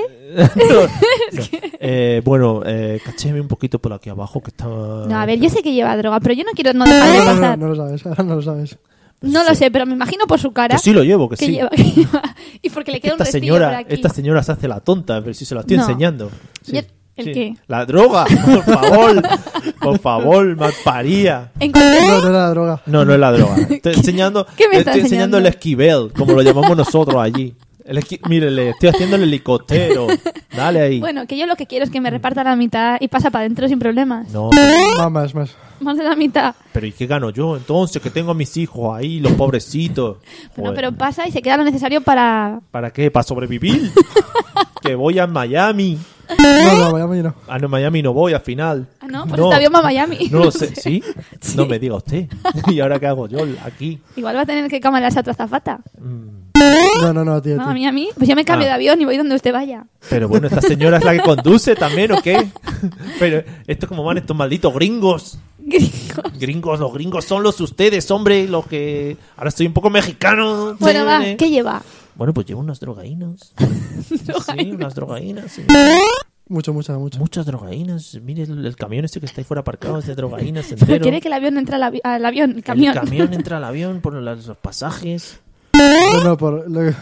[SPEAKER 1] Eh, bueno, eh, cachéme un poquito por aquí abajo que está. Ah,
[SPEAKER 3] No, a ver, yo sé que lleva droga, pero yo no quiero no dejar de
[SPEAKER 4] No, no,
[SPEAKER 3] pasar.
[SPEAKER 1] ¿Eh?
[SPEAKER 4] no lo sabes, ahora no lo sabes.
[SPEAKER 3] No lo sé, pero me imagino por su cara.
[SPEAKER 1] Que sí lo llevo, que,
[SPEAKER 3] que
[SPEAKER 1] sí.
[SPEAKER 3] lleva- que lleva- y porque le queda
[SPEAKER 1] Esta
[SPEAKER 3] un restillo por
[SPEAKER 1] señora,
[SPEAKER 3] aquí.
[SPEAKER 1] esta señora se hace la tonta, pero si se la estoy
[SPEAKER 3] No.
[SPEAKER 1] enseñando. Sí,
[SPEAKER 3] Yo- ¿el
[SPEAKER 1] sí.
[SPEAKER 3] qué?
[SPEAKER 1] La droga, por favor, por favor, mal paría.
[SPEAKER 3] En concreto-
[SPEAKER 4] No, no era la droga.
[SPEAKER 1] No, no es la droga. Estoy enseñando,
[SPEAKER 3] qué me
[SPEAKER 1] le
[SPEAKER 3] estás
[SPEAKER 1] estoy enseñando
[SPEAKER 3] enseñando?
[SPEAKER 1] el esquivel, como lo llamamos nosotros allí. El esqui- mire, le estoy haciendo el helicóptero. Dale ahí.
[SPEAKER 3] Bueno, que yo lo que quiero es que me reparta la mitad y pasa para adentro sin problemas.
[SPEAKER 1] No,
[SPEAKER 4] Más, más, más.
[SPEAKER 1] ¿Eh?
[SPEAKER 3] Más de la mitad.
[SPEAKER 1] pero ¿y qué gano yo entonces? Que tengo a mis hijos ahí, los pobrecitos.
[SPEAKER 3] Bueno,
[SPEAKER 1] Joder.
[SPEAKER 3] pero pasa y se queda lo necesario para...
[SPEAKER 1] ¿Para qué? ¿Para sobrevivir? que voy a Miami.
[SPEAKER 4] No, no, vaya, vaya, no.
[SPEAKER 1] Ah, no, Miami no voy al final.
[SPEAKER 3] Ah, no, pues este avión va a Miami.
[SPEAKER 1] No lo
[SPEAKER 3] No
[SPEAKER 1] sé,
[SPEAKER 3] sé.
[SPEAKER 1] ¿sí?
[SPEAKER 3] Sí.
[SPEAKER 1] No me diga usted. ¿Y ahora qué hago yo aquí?
[SPEAKER 3] Igual va a tener que camarar a otra zafata.
[SPEAKER 4] No, no, no, tío,
[SPEAKER 3] No,
[SPEAKER 4] tío.
[SPEAKER 3] a mí, a mí. Pues yo me cambio
[SPEAKER 1] Ah.
[SPEAKER 3] de avión y voy donde usted vaya.
[SPEAKER 1] Pero bueno, esta señora es la que conduce también, ¿o qué? Pero esto es como van estos malditos gringos.
[SPEAKER 3] Gringo.
[SPEAKER 1] Gringos, los gringos son los ustedes, hombre, los que... Ahora estoy un poco mexicano.
[SPEAKER 3] Bueno, va,
[SPEAKER 1] Sí.
[SPEAKER 3] ¿qué lleva?
[SPEAKER 1] Bueno, pues llevo unas drogaínas. Sí, unas drogaínas. sí.
[SPEAKER 4] Mucho, mucho, mucho.
[SPEAKER 1] Muchas drogaínas. Mire el, el camión este que está ahí fuera aparcado es de drogaínas
[SPEAKER 3] Pero
[SPEAKER 1] entero.
[SPEAKER 3] quiere que el avión entre al, avi- al avión, el
[SPEAKER 1] El
[SPEAKER 3] camión.
[SPEAKER 1] camión entra al avión por las- los pasajes.
[SPEAKER 4] No, no, por... lo-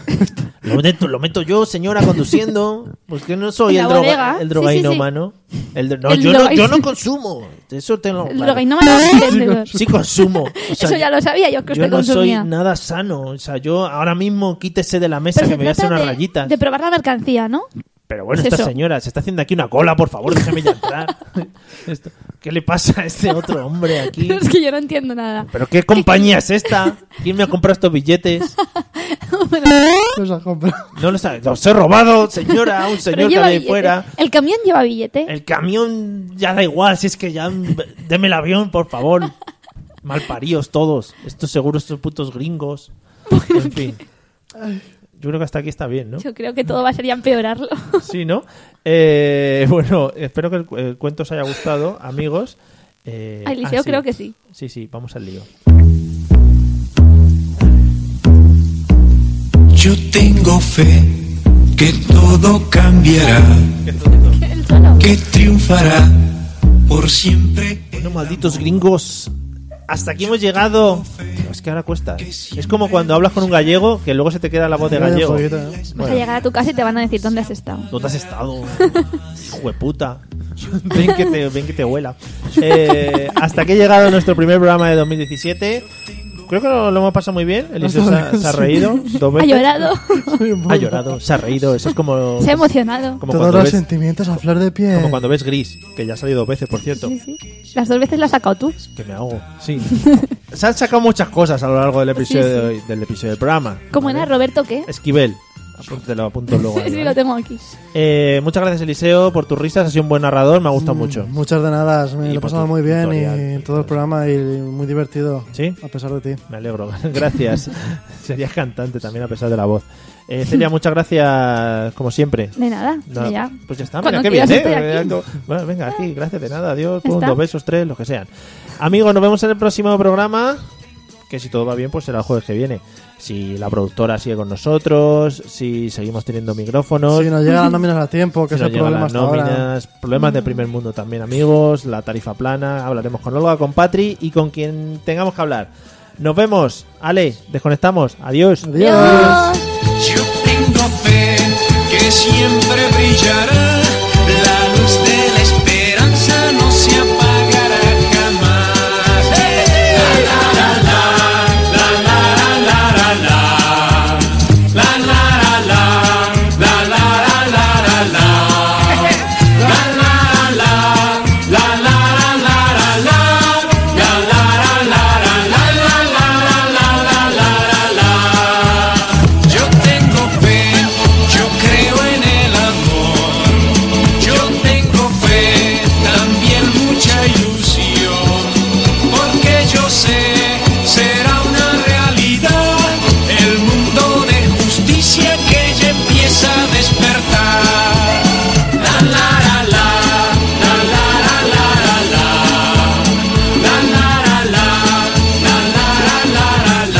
[SPEAKER 1] Lo meto, lo meto yo, señora, conduciendo. Porque no soy
[SPEAKER 3] En
[SPEAKER 1] el,
[SPEAKER 3] la
[SPEAKER 1] droga-
[SPEAKER 3] bodega.
[SPEAKER 1] el
[SPEAKER 3] Sí,
[SPEAKER 1] drogaíno
[SPEAKER 3] sí, sí.
[SPEAKER 1] humano. El dro- no,
[SPEAKER 3] El
[SPEAKER 1] yo no,
[SPEAKER 3] drogaíno.
[SPEAKER 1] yo no consumo. Eso te lo.
[SPEAKER 3] el
[SPEAKER 1] claro.
[SPEAKER 3] drogainómano es un vendedor.
[SPEAKER 1] Sí consumo. O sea,
[SPEAKER 3] Eso ya lo sabía yo que
[SPEAKER 1] yo
[SPEAKER 3] usted
[SPEAKER 1] no
[SPEAKER 3] consumía.
[SPEAKER 1] soy nada sano. O sea, yo ahora mismo quítese de la mesa
[SPEAKER 3] Pero
[SPEAKER 1] que
[SPEAKER 3] se
[SPEAKER 1] me voy a hacer
[SPEAKER 3] trata
[SPEAKER 1] unas
[SPEAKER 3] de-
[SPEAKER 1] rayitas.
[SPEAKER 3] De probar la mercancía, ¿no?
[SPEAKER 1] Pero bueno,
[SPEAKER 3] es
[SPEAKER 1] esta
[SPEAKER 3] eso.
[SPEAKER 1] señora se está haciendo aquí una cola, por favor, déjeme ya entrar. Esto- ¿Qué le pasa a este otro hombre aquí?
[SPEAKER 3] Es que yo no entiendo nada.
[SPEAKER 1] ¿Pero qué compañía es esta? ¿Quién me ha comprado estos billetes?
[SPEAKER 4] Nos ha comprado.
[SPEAKER 1] No los, ha- los he robado, señora, a un
[SPEAKER 3] Pero
[SPEAKER 1] señor que
[SPEAKER 3] lleva
[SPEAKER 1] había ahí
[SPEAKER 3] billete.
[SPEAKER 1] fuera.
[SPEAKER 3] El camión lleva billete.
[SPEAKER 1] El camión ya da igual, si es que ya deme el avión, por favor. Malparíos todos. Estos seguros, estos putos gringos. En fin.
[SPEAKER 3] pues,
[SPEAKER 1] Yo creo que hasta aquí está bien, ¿no?
[SPEAKER 3] Yo creo que todo va a ser ya empeorarlo.
[SPEAKER 1] Sí, ¿no? Eh, bueno, espero que el, cu- el cuento os haya gustado, amigos. Eh,
[SPEAKER 3] A Eliseo
[SPEAKER 1] ah,
[SPEAKER 3] creo que sí.
[SPEAKER 1] Sí, sí, vamos al lío.
[SPEAKER 8] Yo tengo fe que todo cambiará,
[SPEAKER 3] El solo.
[SPEAKER 8] que triunfará por siempre.
[SPEAKER 1] Bueno, malditos gringos. Hasta aquí hemos llegado. Es que ahora cuesta. ¿eh? Es como cuando hablas con un gallego que luego se te queda la voz de gallego.
[SPEAKER 4] Un poquito, ¿eh?
[SPEAKER 3] Vas a llegar a tu casa y te van a decir dónde has estado.
[SPEAKER 1] ¿Dónde has estado? Hijo de puta. Ven que te, ven que te huela. Eh, hasta que ha llegado nuestro primer programa de 2017. Creo que lo, lo hemos pasado muy bien. Eliseo se, ha- se ha reído. dos
[SPEAKER 3] Ha
[SPEAKER 1] veces.
[SPEAKER 3] llorado,
[SPEAKER 1] Ha llorado, se ha reído. Eso es como,
[SPEAKER 3] se ha emocionado.
[SPEAKER 1] como,
[SPEAKER 4] Todos
[SPEAKER 1] cuando
[SPEAKER 4] los
[SPEAKER 1] ves,
[SPEAKER 4] sentimientos a flor de piel.
[SPEAKER 1] como cuando ves Gris, que ya ha salido dos veces, por cierto.
[SPEAKER 3] Sí, sí. Las dos veces la has sacado tú.
[SPEAKER 1] Que me hago, sí. Se han sacado muchas cosas a lo largo del episodio,
[SPEAKER 3] Sí, sí.
[SPEAKER 1] de hoy- del, episodio del programa.
[SPEAKER 3] ¿Cómo
[SPEAKER 1] ¿Vale?
[SPEAKER 3] era Roberto qué?
[SPEAKER 1] Esquivel. Apúntelo, apunto luego. ahí,
[SPEAKER 3] Sí,
[SPEAKER 1] ¿vale?
[SPEAKER 3] lo tengo aquí.
[SPEAKER 1] Eh, muchas gracias, Eliseo, por tus risas. Has sido un buen narrador, me ha
[SPEAKER 3] Mm,
[SPEAKER 1] gustado mucho.
[SPEAKER 4] Mm, Muchas de nada,
[SPEAKER 1] Y
[SPEAKER 4] me lo he
[SPEAKER 1] por
[SPEAKER 4] pasado
[SPEAKER 1] tu
[SPEAKER 4] muy bien
[SPEAKER 1] tutorial,
[SPEAKER 4] y
[SPEAKER 1] por
[SPEAKER 4] todo el
[SPEAKER 1] todo.
[SPEAKER 4] programa y muy divertido.
[SPEAKER 1] ¿Sí?
[SPEAKER 4] A pesar de ti.
[SPEAKER 1] Me alegro, gracias. Serías cantante también a pesar de la voz. Eh, Celia, muchas gracias, como siempre.
[SPEAKER 3] De nada,
[SPEAKER 1] No,
[SPEAKER 3] ya.
[SPEAKER 1] Pues ya está,
[SPEAKER 3] Cuando
[SPEAKER 1] mira, qué bien,
[SPEAKER 3] quieras
[SPEAKER 1] ¿eh?
[SPEAKER 3] estoy
[SPEAKER 1] Bueno,
[SPEAKER 3] aquí.
[SPEAKER 1] Bueno, venga, aquí, gracias de nada, adiós,
[SPEAKER 3] Ya
[SPEAKER 1] pum,
[SPEAKER 3] está.
[SPEAKER 1] dos besos, tres, los que sean. Amigos, nos vemos en el próximo programa, que si todo va bien, pues será el jueves que viene. Si la productora sigue con nosotros, si seguimos teniendo micrófonos,
[SPEAKER 4] Si nos llegan las nóminas a tiempo, que
[SPEAKER 1] si
[SPEAKER 4] es
[SPEAKER 1] nos
[SPEAKER 4] el
[SPEAKER 1] llegan
[SPEAKER 4] problema
[SPEAKER 1] las
[SPEAKER 4] hasta ahora. Mm.
[SPEAKER 1] nóminas, problemas de primer mundo también, amigos, la tarifa plana, hablaremos con Olga, con Patri y con quien tengamos que hablar. Nos vemos, Ale, desconectamos, adiós.
[SPEAKER 4] Adiós.
[SPEAKER 8] Yo tengo fe que siempre brillará, la luz de la esperanza no se apagará jamás. La la la la la la la la la la la la la la la la la la la la la la la la la la la yo tengo fe, yo creo en el amor. Yo tengo fe, también mucha ilusión. Porque yo sé, será una realidad. El mundo de justicia que ya empieza a despertar. La la la la, la la la la la la. La la la la, la la la la la la.